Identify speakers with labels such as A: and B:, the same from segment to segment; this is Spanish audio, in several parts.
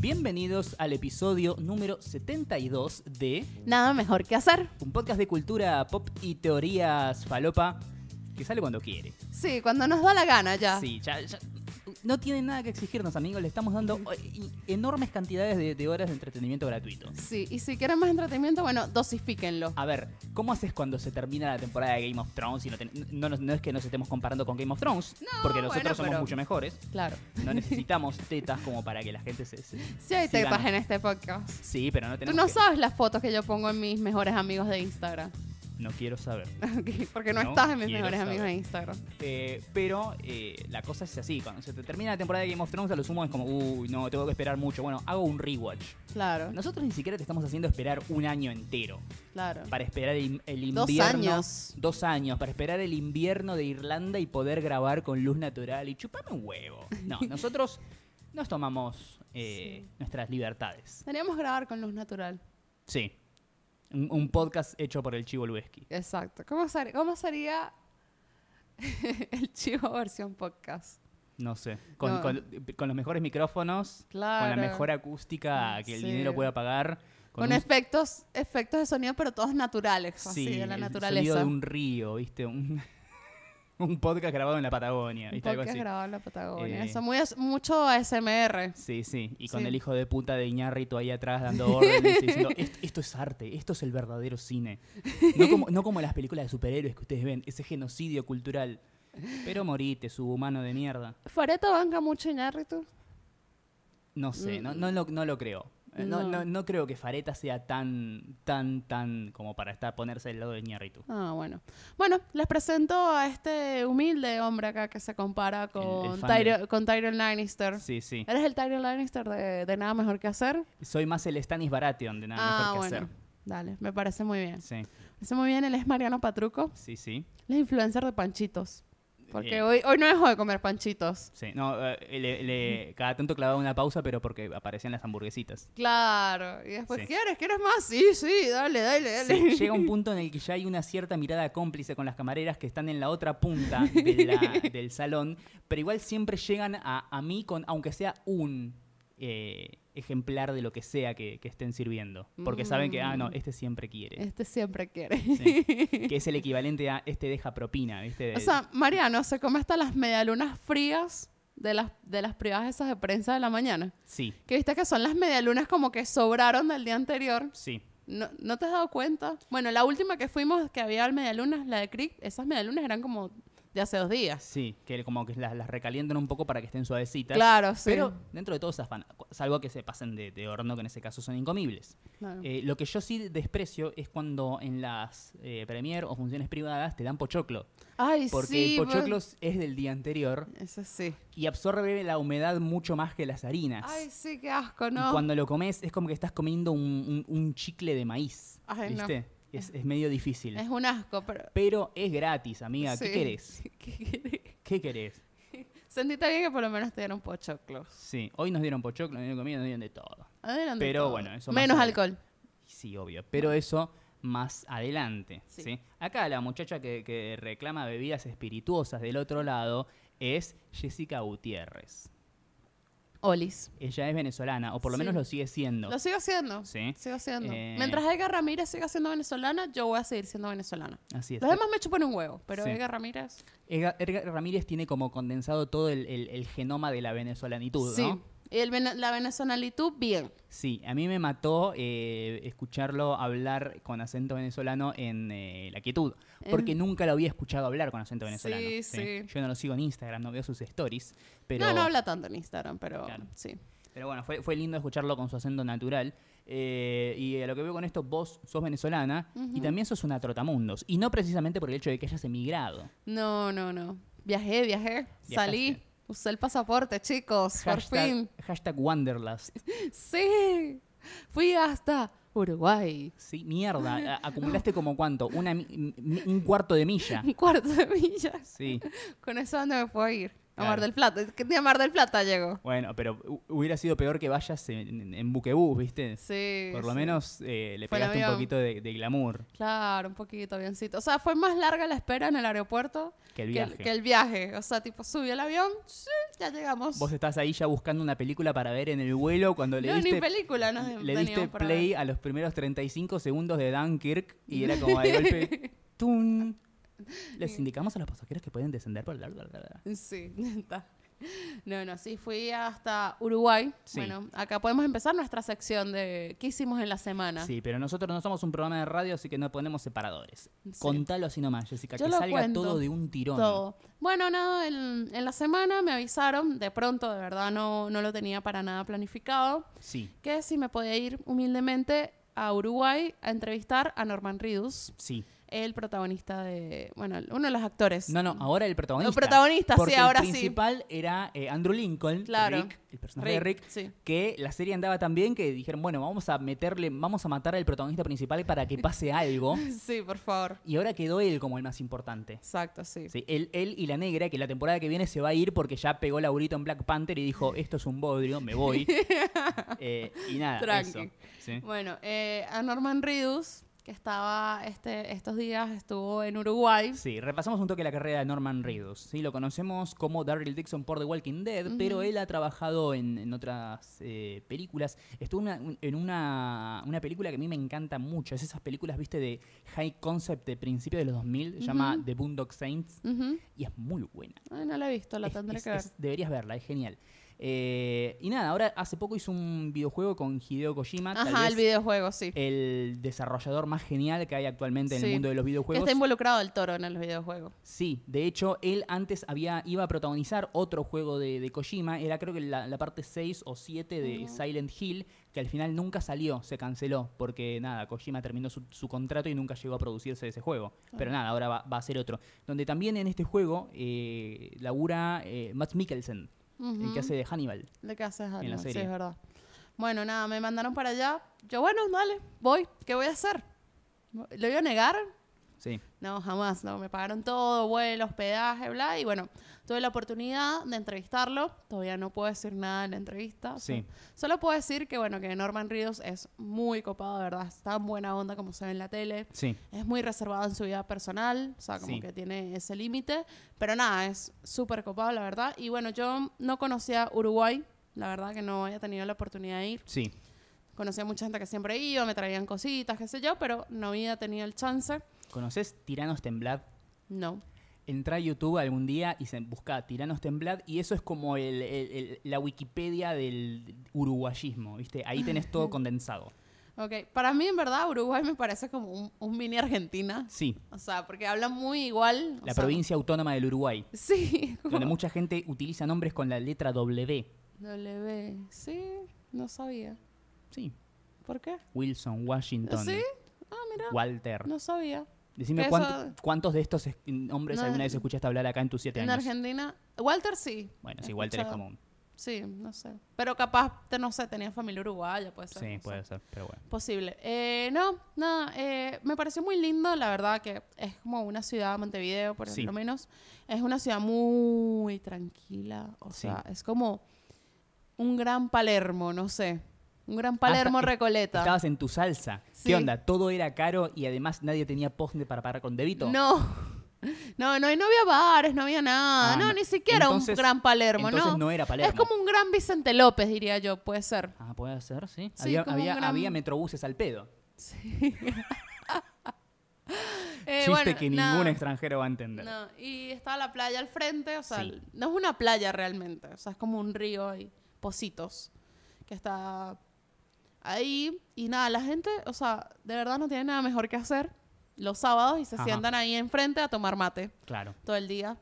A: Bienvenidos al episodio número 72 de
B: Nada mejor que hacer.
A: un podcast de cultura pop y teorías falopa que sale cuando quiere.
B: Sí, cuando nos da la gana ya.
A: Sí, ya, ya- No tienen nada que exigirnos, amigos. Le estamos dando eh, enormes cantidades de, de horas de entretenimiento gratuito.
B: Sí, y si quieren más entretenimiento, bueno, dosifíquenlo.
A: A ver, ¿cómo haces cuando se termina la temporada de Game of Thrones? Y no, ten- no, nos- no es que nos estemos comparando con Game of Thrones, porque nosotros
B: bueno,
A: somos
B: pero-
A: mucho mejores.
B: Claro.
A: No necesitamos tetas como para que la gente se... se-
B: Sí hay
A: sigan-
B: tetas en este podcast.
A: Sí, pero no
B: Tú
A: tenemos
B: no
A: que-
B: sabes las fotos que yo pongo en mis mejores amigos de Instagram.
A: No quiero saber.
B: Ok, Porque no,
A: No
B: estás en mis
A: quiero
B: mejores
A: saber.
B: amigos de Instagram.
A: Eh, pero eh, la cosa es así, cuando se te termina la temporada de Game of Thrones a lo sumo es como, uy, no, tengo que esperar mucho. Bueno, hago un rewatch.
B: Claro,
A: Nosotros ni siquiera te estamos haciendo esperar un año entero
B: claro.
A: para esperar el, el invierno.
B: Dos años.
A: Dos años, para esperar el invierno de Irlanda y poder grabar con luz natural y chupame un huevo. No, nosotros nos tomamos eh, nuestras libertades.
B: Deberíamos grabar con luz natural.
A: Sí. Un, un podcast hecho por el Chivo Lueski.
B: Exacto. ¿Cómo, ser- cómo sería el chivo versión podcast?
A: No sé. Con,
B: No.
A: con- con los mejores micrófonos,
B: Claro. Mm,
A: con la mejor acústica que el
B: Sí.
A: dinero pueda pagar.
B: Con,
A: un-
B: efectos, efectos de sonido, pero todos naturales, así,
A: sí,
B: de la
A: el
B: naturaleza.
A: sonido de un río, ¿viste? Un, un podcast grabado en la Patagonia,
B: Un
A: ¿viste? Algo
B: podcast
A: así.
B: grabado en la Patagonia.
A: Eh.
B: Eso, muy, as- mucho ASMR.
A: Sí, sí. Y con
B: Sí.
A: el hijo de puta de Iñárritu ahí atrás dando órdenes y diciendo, "Est- esto es arte, esto es el verdadero cine. No como, no como las películas de superhéroes que ustedes ven, ese genocidio cultural. Pero morite, subhumano de mierda.
B: Fareto banca mucho Iñárritu.
A: No sé, no, no, lo, no lo creo. Eh, No,
B: No.
A: no- no creo que Fareta sea tan, tan, tan como para estar, ponerse del lado de Iñárritu.
B: Ah, bueno. Bueno, les presento a este humilde hombre acá que se compara con,
A: fan de-
B: Tyrion- con Tyrion Lannister.
A: Sí, sí.
B: Eres el Tyrion Lannister de, de Nada Mejor Que Hacer.
A: Soy más el Stanis Baratheon de nada
B: Eh. ah,
A: mejor que
B: bueno. Dale, me parece muy bien.
A: hacer. Sí,
B: Me parece muy bien, él es Mariano Patruco.
A: sí, sí.
B: Él es influencer de panchitos. Porque
A: Eh.
B: hoy, hoy no dejó de comer panchitos.
A: sí. No, eh, le, le- cada tanto clavaba una pausa, pero porque aparecían las hamburguesitas.
B: Claro. Y después,
A: Sí.
B: ¿quieres? ¿Quieres más? Sí, sí, dale, dale, dale.
A: Sí, llega un punto en el que ya hay una cierta mirada cómplice con las camareras que están en la otra punta de la- del salón, pero igual siempre llegan a, a mí con, aunque sea un eh, ejemplar de lo que sea que, que estén sirviendo, porque saben que, ah, no,
B: Mm.
A: este siempre quiere,
B: Este siempre quiere.
A: Sí. que es el equivalente a este deja propina, ¿viste? De-
B: O sea, Mariano se come hasta las medialunas frías de las, de las privadas esas de prensa de la mañana.
A: sí,
B: Que viste que son las medialunas como que sobraron del día anterior.
A: sí.
B: ¿No, ¿no te has dado cuenta? Bueno, la última que fuimos que había al medialunas, la de Crick, esas medialunas eran como de hace dos días.
A: Sí, que como que las, las recalientan un poco para que estén suavecitas.
B: Claro, sí.
A: Pero dentro de todo se afana, salvo que se pasen de, de horno, que en ese caso son incomibles.
B: Claro.
A: Eh, lo que yo sí desprecio es cuando en las eh, premier o funciones privadas te dan pochoclo.
B: Ay,
A: Porque
B: sí.
A: el
B: bro.
A: pochoclo es del día anterior
B: Eso sí.
A: y absorbe la humedad mucho más que las harinas.
B: Ay, sí, qué asco,
A: Y
B: ¿no?
A: cuando lo comes es como que estás comiendo un, un- un chicle de maíz.
B: Ay, no.
A: ¿Viste? Es, es medio difícil.
B: Es un asco, pero...
A: Pero es gratis, amiga. ¿Qué
B: sí.
A: querés?
B: ¿Qué querés?
A: ¿Qué querés?
B: Sentite bien que por lo menos te dieron pochoclos.
A: Sí, hoy nos dieron pochoclo, nos dieron comida, nos dieron de todo.
B: Adelante
A: Pero
B: todo.
A: bueno, eso más
B: Menos
A: adelante.
B: alcohol.
A: Sí, obvio. Pero eso más adelante.
B: Sí.
A: ¿sí? Acá la muchacha que, que reclama bebidas espirituosas del otro lado es Jessica Gutiérrez.
B: Olis.
A: Ella es venezolana, o por lo
B: Sí.
A: menos lo sigue siendo.
B: Lo sigo haciendo.
A: Sí.
B: Sigo haciendo.
A: Eh.
B: Mientras Edgar Ramírez siga siendo venezolana, yo voy a seguir siendo venezolana.
A: Así es.
B: Los demás me chupan un huevo, pero
A: Sí.
B: Edgar Ramírez.
A: Edgar, Edgar Ramírez tiene como condensado todo el, el- el genoma de la venesolanitud,
B: sí.
A: ¿no?
B: Y el vene- la venezolanitud, bien.
A: Sí, a mí me mató eh, escucharlo hablar con acento venezolano en eh, La Quietud, porque
B: En-
A: nunca lo había escuchado hablar con acento venezolano. ¿eh?
B: Sí, sí.
A: Yo no lo sigo en Instagram, no veo sus stories, pero...
B: No, no habla tanto en Instagram, pero
A: Claro.
B: sí.
A: Pero bueno, fue, fue lindo escucharlo con su acento natural. Eh, y a lo que veo con esto, vos sos venezolana y también sos una trotamundos. Y no precisamente por el hecho de que hayas emigrado.
B: No, no, no. Viajé, viajé.
A: Viajaste.
B: Salí. Usé el pasaporte, chicos. Por
A: Hashtag,
B: fin.
A: hashtag Wanderlust.
B: Sí. Fui hasta Uruguay.
A: Sí, mierda. a- Acumulaste como cuánto? Una, mi- mi- un cuarto de milla.
B: Un cuarto de millas.
A: Sí.
B: Con eso, ¿a ¿dónde me puedo ir? A
A: Claro.
B: Mar del Plata. ¿Qué día a Mar del Plata llegó?
A: Bueno, pero hu- hubiera sido peor que vayas en, en- en buquebús, ¿viste?
B: Sí.
A: Por lo
B: sí.
A: menos eh, le
B: Fue en
A: pegaste un
B: avión.
A: poquito de, de glamour
B: Claro, un poquito, avioncito. O sea, fue más larga la espera en el aeropuerto
A: que el
B: que el,
A: viaje.
B: que el viaje. O sea, tipo, subí al avión, sí, ya llegamos.
A: Vos estás ahí ya buscando una película para ver en el vuelo cuando le
B: no, ni
A: diste,
B: película nos
A: le
B: teníamos
A: diste
B: para
A: play a los primeros 35 segundos de Dunkirk y era como de golpe. ¡Tun! Les indicamos a los pasajeros que pueden descender por el largo. bla, bla, bla.
B: ver. Sí, está. No, no, sí, fui hasta Uruguay.
A: Sí.
B: Bueno, acá podemos empezar nuestra sección de qué hicimos en la semana.
A: Sí, pero nosotros no somos un programa de radio, así que no ponemos separadores.
B: Sí.
A: Contalo así nomás, Jessica,
B: Yo
A: que
B: lo
A: salga
B: cuento.
A: todo de un tirón.
B: Todo. Bueno, nada, en, en la semana me avisaron, de pronto, de verdad no, no lo tenía para nada planificado,
A: Sí,
B: que si me podía ir humildemente a Uruguay a entrevistar a Norman Reedus,
A: sí.
B: el protagonista de, bueno, uno de los actores.
A: No, no, ahora el protagonista.
B: El protagonista, sí,
A: porque
B: ahora
A: el
B: sí.
A: principal era eh, Andrew Lincoln,
B: Claro.
A: Rick, el personaje de Rick,
B: Sí.
A: que la serie andaba tan bien que dijeron, bueno, vamos a meterle, vamos a matar al protagonista principal para que pase algo.
B: sí, por favor.
A: Y ahora quedó él como el más importante.
B: Exacto, sí.
A: Sí, él, él y la negra, que la temporada que viene se va a ir porque ya pegó Laurito en Black Panther y dijo, esto es un bodrio, me voy. Eh, y nada,
B: Tranqui.
A: eso. Sí.
B: Bueno, eh, a Norman Reedus, que estaba este, estos días, estuvo en Uruguay.
A: Sí, repasamos un toque la carrera de Norman Reedus. Sí, lo conocemos como Daryl Dixon por The Walking Dead, pero él ha trabajado en, en otras eh, películas. Estuvo una- un- en una, una película que a mí me encanta mucho. Es esas películas, viste, de high concept de principios de los 2000. Se llama The Boondock Saints
B: Ujú.
A: y es muy buena.
B: Ay, no la he visto, la
A: Es-
B: tendré
A: es-
B: que ver.
A: es- deberías verla, es genial. Eh, y nada, ahora hace poco hizo un videojuego con Hideo Kojima. tal
B: Ajá, el
A: vez
B: videojuego, sí.
A: el desarrollador más genial que hay actualmente en el
B: Sí.
A: mundo de los
B: Que
A: videojuegos.
B: está involucrado el toro en el videojuego.
A: Sí, de hecho, él antes había, iba a protagonizar otro juego de, de Kojima, era creo que la, la parte 6 o 7 de Silent Hill, que al final nunca salió, se canceló, porque nada, Kojima terminó su, su contrato y nunca llegó a producirse ese juego. Pero nada, ahora va, va a ser otro. Donde también en este juego eh, labura eh, Matt Mikkelsen, el
B: Ujú.
A: que hace de Hannibal.
B: ¿De qué haces,
A: la
B: Ana? Sí,
A: serie.
B: es verdad. Bueno, nada, me mandaron para allá. Yo, bueno, dale, voy. ¿Qué voy a hacer? ¿Lo voy a negar?
A: Sí.
B: No, jamás, no. Me pagaron todo, vuelo, hospedaje, bla. Y bueno, tuve la oportunidad de entrevistarlo. Todavía no puedo decir nada en la entrevista. o sea,
A: Sí.
B: solo puedo decir que, bueno, que Norman Reedus es muy copado, de verdad. Es tan buena onda como se ve en la tele.
A: Sí.
B: Es muy reservado en su vida personal, o sea, como
A: Sí.
B: que tiene ese límite. Pero nada, es súper copado, la verdad. Y bueno, yo no conocía Uruguay, la verdad que no había tenido la oportunidad de ir.
A: Sí.
B: Conocía mucha gente que siempre iba, me traían cositas, qué sé yo, pero no había tenido el chance.
A: ¿Conoces Tiranos Temblad?
B: No.
A: Entra a YouTube algún día y se busca Tiranos Temblad y eso es como el- el- el- la Wikipedia del uruguayismo, ¿viste?
B: Ah,
A: Ahí tenés todo condensado.
B: Ok, para mí en verdad Uruguay me parece como un, un mini Argentina.
A: Sí,
B: O sea, porque hablan muy igual. o
A: la
B: sea,
A: provincia autónoma del Uruguay,
B: Sí,
A: donde mucha gente utiliza nombres con la letra W.
B: W. Sí, no sabía.
A: Sí,
B: ¿Por qué?
A: Wilson, Washington,
B: ¿Sí? Ah, mira,
A: Walter.
B: no sabía.
A: Decime
B: que
A: cuánto-
B: eso-
A: cuántos de estos es- nombres
B: No,
A: alguna
B: en-
A: vez escuchaste hablar acá en tus siete
B: En
A: años.
B: Argentina, Walter sí.
A: Bueno,
B: he
A: sí, Walter es
B: escuchado.
A: común.
B: Sí, no sé. Pero capaz, te- no sé, tenía familia uruguaya, puede ser.
A: Sí,
B: no
A: puede
B: sé.
A: ser, pero bueno.
B: Posible. Eh, no, nada, eh, me pareció muy lindo, la verdad que es como una ciudad, Montevideo, por
A: Sí.
B: lo menos. Es una ciudad muy tranquila, o
A: Sí.
B: sea, es como un gran Palermo, no sé. Un gran Palermo
A: Hasta-
B: Recoleta.
A: Estabas en tu salsa.
B: Sí.
A: ¿Qué onda? Todo era caro y además nadie tenía post para pagar con débito.
B: No. No, no, y no había bares, no había nada.
A: Ah,
B: no,
A: no.
B: ni siquiera
A: Entonces-
B: un gran Palermo,
A: entonces
B: ¿no?
A: no era Palermo.
B: Es como un gran Vicente López, diría yo, puede ser.
A: Ah, puede ser, sí.
B: Sí,
A: había,
B: como un
A: había,
B: gran-
A: había metrobuses al pedo.
B: Eh,
A: Chiste
B: bueno,
A: que
B: nada,
A: ningún extranjero va a entender.
B: no, Y estaba la playa al frente, o sea,
A: Sí.
B: no es una playa realmente, o sea, es como un río y pocitos que está ahí. Y nada, la gente, o sea, de verdad no tiene nada mejor que hacer los sábados y se
A: Ajá.
B: sientan ahí enfrente a tomar mate
A: Claro,
B: todo el día.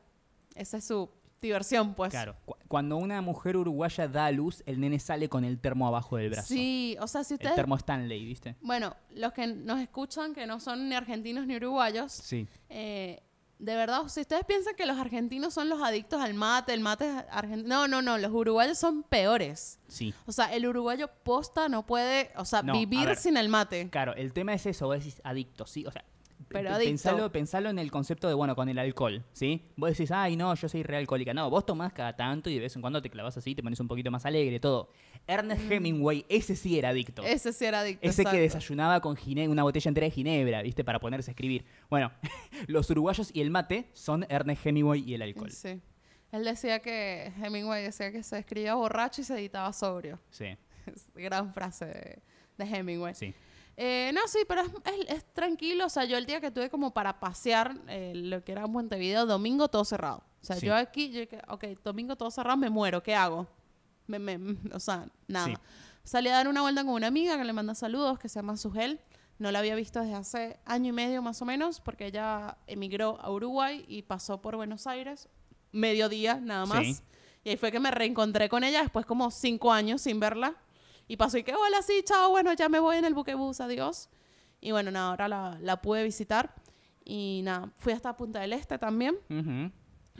B: Esa es su diversión, pues.
A: claro. Cu- cuando una mujer uruguaya da a luz, el nene sale con el termo abajo del brazo.
B: Sí, o sea, si
A: el
B: ustedes...
A: termo Stanley, ¿viste?
B: Bueno, los que nos escuchan, que no son ni argentinos ni uruguayos,
A: Sí.
B: eh, de verdad, si ustedes piensan que los argentinos son los adictos al mate, el mate es argentino... No, no, no, los uruguayos son peores.
A: Sí.
B: O sea, el uruguayo posta no puede, o sea,
A: No, a
B: vivir
A: ver.
B: sin el mate.
A: Claro, el tema es eso, vos decís adicto, sí, o sea,
B: Pero
A: pe-
B: adicto.
A: pensalo, pensalo en el concepto de, bueno, con el alcohol, ¿sí? Vos decís, ay, no, yo soy realcohólica. No, vos tomás cada tanto y de vez en cuando te clavas así, te pones un poquito más alegre, todo. Ernest Hemingway, ese sí era adicto.
B: Mm. Ese sí era adicto.
A: Ese que
B: exacto.
A: desayunaba con gine- una botella entera de ginebra, ¿viste? Para ponerse a escribir. Bueno, los uruguayos y el mate son Ernest Hemingway y el alcohol.
B: Sí. Él decía que, Hemingway decía que se escribía borracho y se editaba sobrio.
A: Sí,
B: Es gran frase de, de Hemingway.
A: sí.
B: Eh, no, sí, pero es, es- es tranquilo. O sea, yo el día que tuve como para pasear eh, lo que era Montevideo, domingo todo cerrado. O sea,
A: Sí.
B: yo aquí, yo dije, ok, domingo todo cerrado, me muero, ¿qué hago? Me, me- o sea, nada.
A: Sí.
B: Salí a dar una vuelta con una amiga que le manda saludos, que se llama Sugel. No la había visto desde hace año y medio más o menos, porque ella emigró a Uruguay y pasó por Buenos Aires, mediodía nada más.
A: Sí.
B: Y ahí fue que me reencontré con ella después como cinco años sin verla. Y pasó y que, hola, sí, chao, bueno, ya me voy en el buquebús, adiós. Y bueno, nada, ahora la, la pude visitar. Y nada, fui hasta Punta del Este también.
A: Ujú.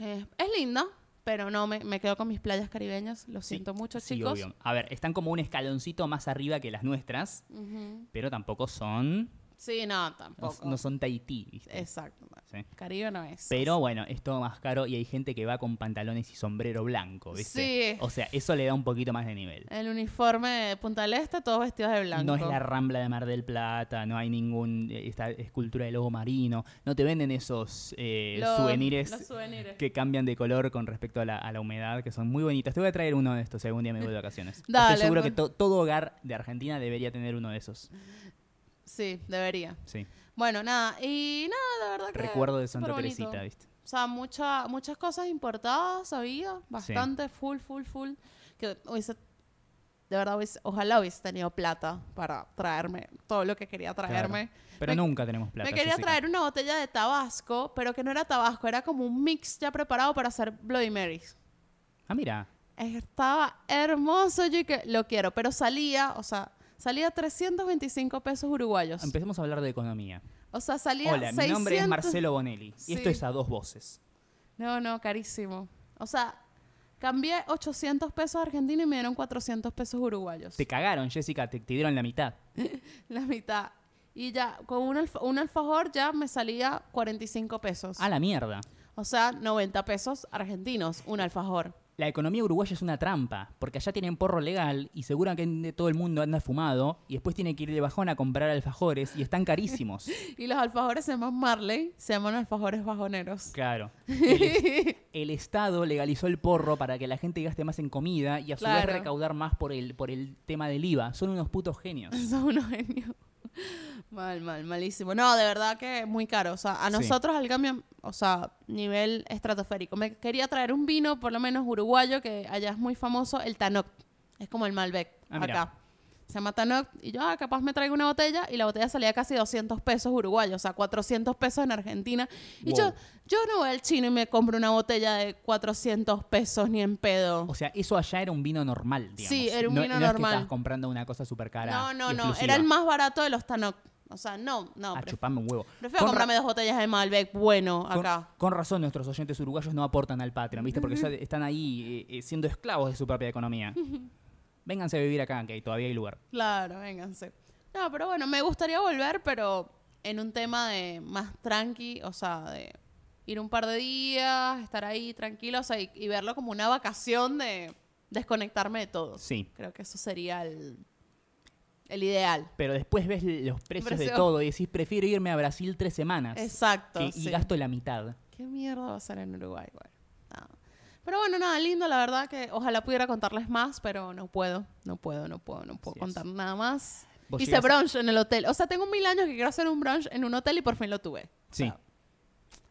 B: Eh, es linda, pero no, me, me quedo con mis playas caribeñas. Lo
A: Sí,
B: siento mucho,
A: Sí,
B: chicos.
A: obvio. A ver, están como un escaloncito más arriba que las nuestras,
B: Ujú.
A: pero tampoco son.
B: Sí, no,
A: No,
B: tampoco.
A: no son Tahití, ¿viste?
B: Exacto. no.
A: Sí.
B: Caribe no es.
A: Pero bueno, es todo más caro y hay gente que va con pantalones y sombrero blanco, ¿viste?
B: Sí.
A: O sea, eso le da un poquito más de nivel.
B: El uniforme de Punta del Este, todos vestidos de blanco.
A: No es la rambla de Mar del Plata, no hay ningún eh, esta escultura de lobo marino, no te venden esos eh,
B: Los-
A: souvenirs
B: los souvenirs.
A: que cambian de color con respecto a la, a la humedad, que son muy bonitas. Te voy a traer uno de estos, si algún día me voy de vacaciones.
B: Dale,
A: Estoy seguro
B: pues.
A: que to- todo hogar de Argentina debería tener uno de esos.
B: Sí, debería.
A: Sí.
B: Bueno, nada, y nada, de verdad que
A: Recuerdo de Santa
B: superbonito.
A: Teresita, ¿viste?
B: O sea, mucha- muchas cosas importadas había, bastante, full, full, full. Que hubiese, de verdad, hubiese- ojalá hubiese tenido plata para traerme todo lo que quería traerme.
A: Pero
B: Me-
A: nunca tenemos plata.
B: Me quería
A: Jessica.
B: traer una botella de tabasco, pero que no era tabasco, era como un mix ya preparado para hacer Bloody Marys.
A: Ah, mira.
B: Estaba hermoso, yo que lo quiero, pero salía, o sea, salía 325 pesos uruguayos.
A: Empecemos a hablar de economía.
B: O sea, salía
A: Hola, mi nombre es
B: 600.
A: Marcelo Bonelli. Y
B: Sí.
A: esto es a dos voces.
B: No, no, carísimo. O sea, cambié 800 pesos argentinos y me dieron 400 pesos uruguayos.
A: Te cagaron, Jessica, te, te dieron la mitad.
B: La mitad. Y ya, con un, alf- un alfajor ya me salía 45 pesos.
A: A la mierda.
B: O sea, 90 pesos argentinos, un alfajor.
A: La economía uruguaya es una trampa, porque allá tienen porro legal y seguramente todo el mundo anda fumado y después tiene que ir de bajón a comprar alfajores y están carísimos.
B: Y los alfajores se llaman Marley, se llaman alfajores bajoneros.
A: Claro. El, es- el Estado legalizó el porro para que la gente gaste más en comida y a su
B: Claro.
A: vez recaudar más por el, por el tema del IVA. Son unos putos genios.
B: Son unos genios. Mal, mal, malísimo. No, de verdad que muy caro. O sea, a
A: Sí.
B: nosotros al cambio, o sea, nivel estratosférico. Me quería traer un vino, por lo menos uruguayo, que allá es muy famoso, el Tanoc. Es como el Malbec,
A: Ah, mira.
B: acá. Se llama Tanoc. Y yo, ah, capaz me traigo una botella. Y la botella salía casi 200 pesos uruguayos, o sea, 400 pesos en Argentina. Y yo,
A: Wow.
B: yo no voy al chino y me compro una botella de 400 pesos ni en pedo.
A: O sea, eso allá era un vino normal, digamos.
B: Sí, era un
A: No-
B: vino
A: no es que
B: normal.
A: estabas comprando una cosa súper cara.
B: no, no,
A: y
B: no.
A: exclusiva.
B: Era el más barato de los Tanoc. O sea, no, no.
A: Ah,
B: prefiero-
A: chupame un huevo.
B: Prefiero
A: Con ra-
B: comprarme dos botellas de Malbec bueno
A: Con,
B: acá.
A: con razón nuestros oyentes uruguayos no aportan al Patreon, ¿viste? Porque ya están ahí eh, eh, siendo esclavos de su propia economía. Vénganse a vivir acá, que todavía hay lugar.
B: Claro, vénganse. No, pero bueno, me gustaría volver, pero en un tema de más tranqui, o sea, de ir un par de días, estar ahí tranquilos y, y verlo como una vacación de desconectarme de todo.
A: Sí.
B: Creo que eso sería el, el ideal.
A: Pero después ves los precios de
B: Precio.
A: todo y decís, prefiero irme a Brasil tres semanas
B: Exacto.
A: que- y
B: sí.
A: gasto la mitad.
B: ¿Qué mierda va a ser en Uruguay? Bueno, nada. Pero bueno, nada, lindo, la verdad que ojalá pudiera contarles más, pero no puedo, no puedo, no puedo, no puedo
A: Así es.
B: contar nada más.
A: Vos
B: Hice
A: llegas-
B: brunch en el hotel. O sea, tengo mil años que quiero hacer un brunch en un hotel y por fin lo tuve. O
A: Sí.
B: sea,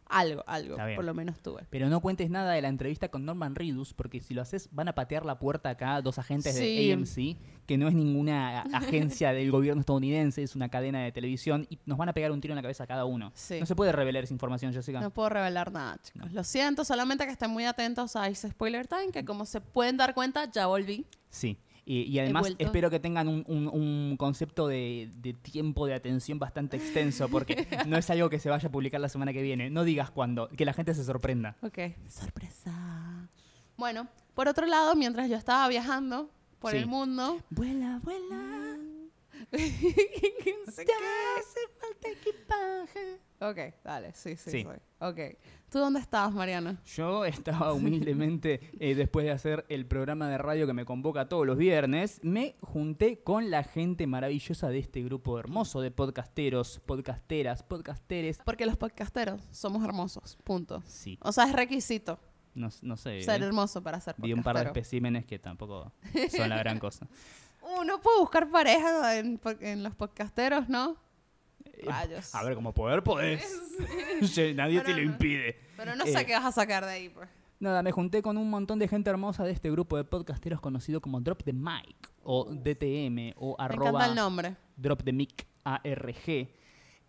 B: algo, algo,
A: Está bien.
B: por lo menos tuve.
A: Pero no cuentes nada de la entrevista con Norman Reedus, porque si lo haces van a patear la puerta acá dos agentes
B: Sí.
A: de AMC, que no es ninguna a- agencia del gobierno estadounidense, es una cadena de televisión, y nos van a pegar un tiro en la cabeza a cada uno.
B: Sí.
A: No se puede revelar esa información, Jessica.
B: No puedo revelar nada, chicos. Lo siento, solamente que estén muy atentos a Ice Spoiler Time, que como se pueden dar cuenta, ya volví.
A: Sí. Y, y además
B: vuelto.
A: espero que tengan un, un- un concepto de, de tiempo de atención bastante extenso, porque no es algo que se vaya a publicar la semana que viene. No digas cuándo, que la gente se sorprenda.
B: Ok. Sorpresa. Bueno, por otro lado, mientras yo estaba viajando por
A: Sí.
B: el mundo,
A: Vuela, vuela.
B: ¿Qué?
A: hace falta equipaje.
B: Ok, dale, sí, sí,
A: Sí.
B: sí. Ok. ¿Tú dónde estabas, Mariana?
A: Yo estaba humildemente, eh, después de hacer el programa de radio que me convoca todos los viernes, me junté con la gente maravillosa de este grupo hermoso de podcasteros, podcasteras, podcasteres.
B: Porque los podcasteros somos hermosos, punto.
A: Sí.
B: O sea, es requisito.
A: no, no sé.
B: Ser
A: eh.
B: hermoso para ser
A: Vi un par de
B: podcastero.
A: especímenes que tampoco son la gran cosa.
B: Uno puede buscar pareja en, po- en los podcasteros, ¿no?
A: Eh,
B: Rayos.
A: A ver, como poder podés. Che, Nadie te
B: Pero
A: lo
B: no.
A: impide.
B: Pero no
A: Eh,
B: sé qué vas a sacar de ahí, pues.
A: Nada, me junté con un montón de gente hermosa de este grupo de podcasteros conocido como Drop the Mic o DTM o
B: Me encanta el
A: arroba
B: nombre.
A: Drop the Mic ARG.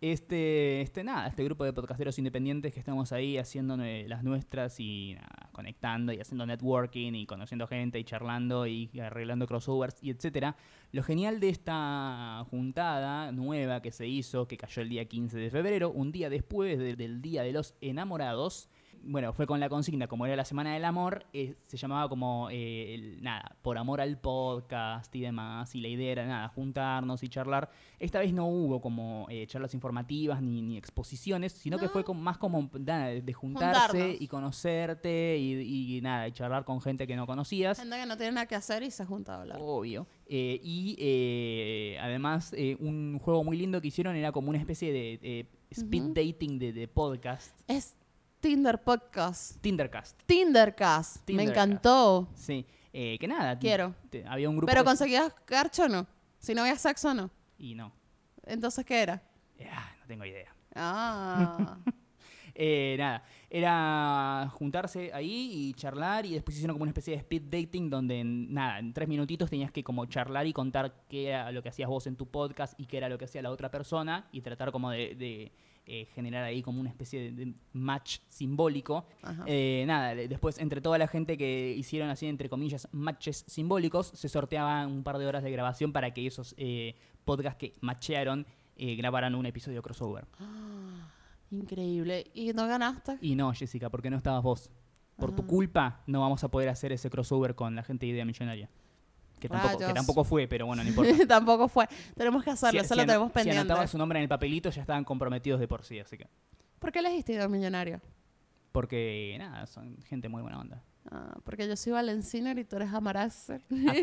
A: Este, este, nada, este grupo de podcasteros independientes que estamos ahí haciendo nue- las nuestras y nada, conectando y haciendo networking y conociendo gente y charlando y arreglando crossovers y etcétera. Lo genial de esta juntada nueva que se hizo, que cayó el día 15 de febrero, un día después de- del Día de los Enamorados, bueno, fue con la consigna, como era la Semana del Amor, eh, se llamaba como, eh, el- nada, por amor al podcast y demás, y la idea era, nada, juntarnos y charlar. Esta vez no hubo como eh, charlas informativas ni, ni exposiciones, sino que
B: No.
A: fue con- más como nada, de juntarse
B: Juntarnos.
A: y conocerte y, y nada, y charlar con gente que no conocías.
B: Gente que no tiene nada que hacer y se junta a hablar.
A: Obvio. Eh, y eh, además, eh, un juego muy lindo que hicieron era como una especie de eh, speed
B: Ujú.
A: dating de, de podcast.
B: Es Tinder Podcast.
A: Tindercast.
B: Tindercast. Me
A: Tindercast.
B: encantó.
A: Sí. Eh, que nada. t-
B: Quiero.
A: te- había un grupo.
B: Pero
A: de-
B: conseguías carcho o no. Si no había sexo no.
A: Y no.
B: Entonces, ¿qué era?
A: Eh, ah, no tengo idea.
B: Ah.
A: Eh, nada, era juntarse ahí y charlar y después hicieron como una especie de speed dating donde en, nada, en tres minutitos tenías que como charlar y contar qué era lo que hacías vos en tu podcast y qué era lo que hacía la otra persona y tratar como de, de, eh, generar ahí como una especie de- de match simbólico.
B: Ajá.
A: Eh, nada, le- después entre toda la gente que hicieron así, entre comillas, matches simbólicos, se sorteaban un par de horas de grabación para que esos eh, podcasts que machearon eh, grabaran un episodio crossover.
B: Ah, Increíble. ¿Y no ganaste?
A: Y no, Jessica, porque no estabas vos. Por tu
B: Ah.
A: culpa no vamos a poder hacer ese crossover con la gente de Idea Millonaria. Que tampoco, que
B: Rayos.
A: tampoco fue, pero bueno, no importa.
B: Tampoco fue. Tenemos que hacerlo, eso lo
A: ano-
B: tenemos
A: si
B: pendiente.
A: anotaba su nombre en el papelito ya estaban comprometidos de por sí, así que.
B: ¿Por qué elegiste Idol Millonario?
A: Porque nada, son gente muy buena onda.
B: Ah, porque yo soy Valencina y tú eres Amaraxer.
A: Ah,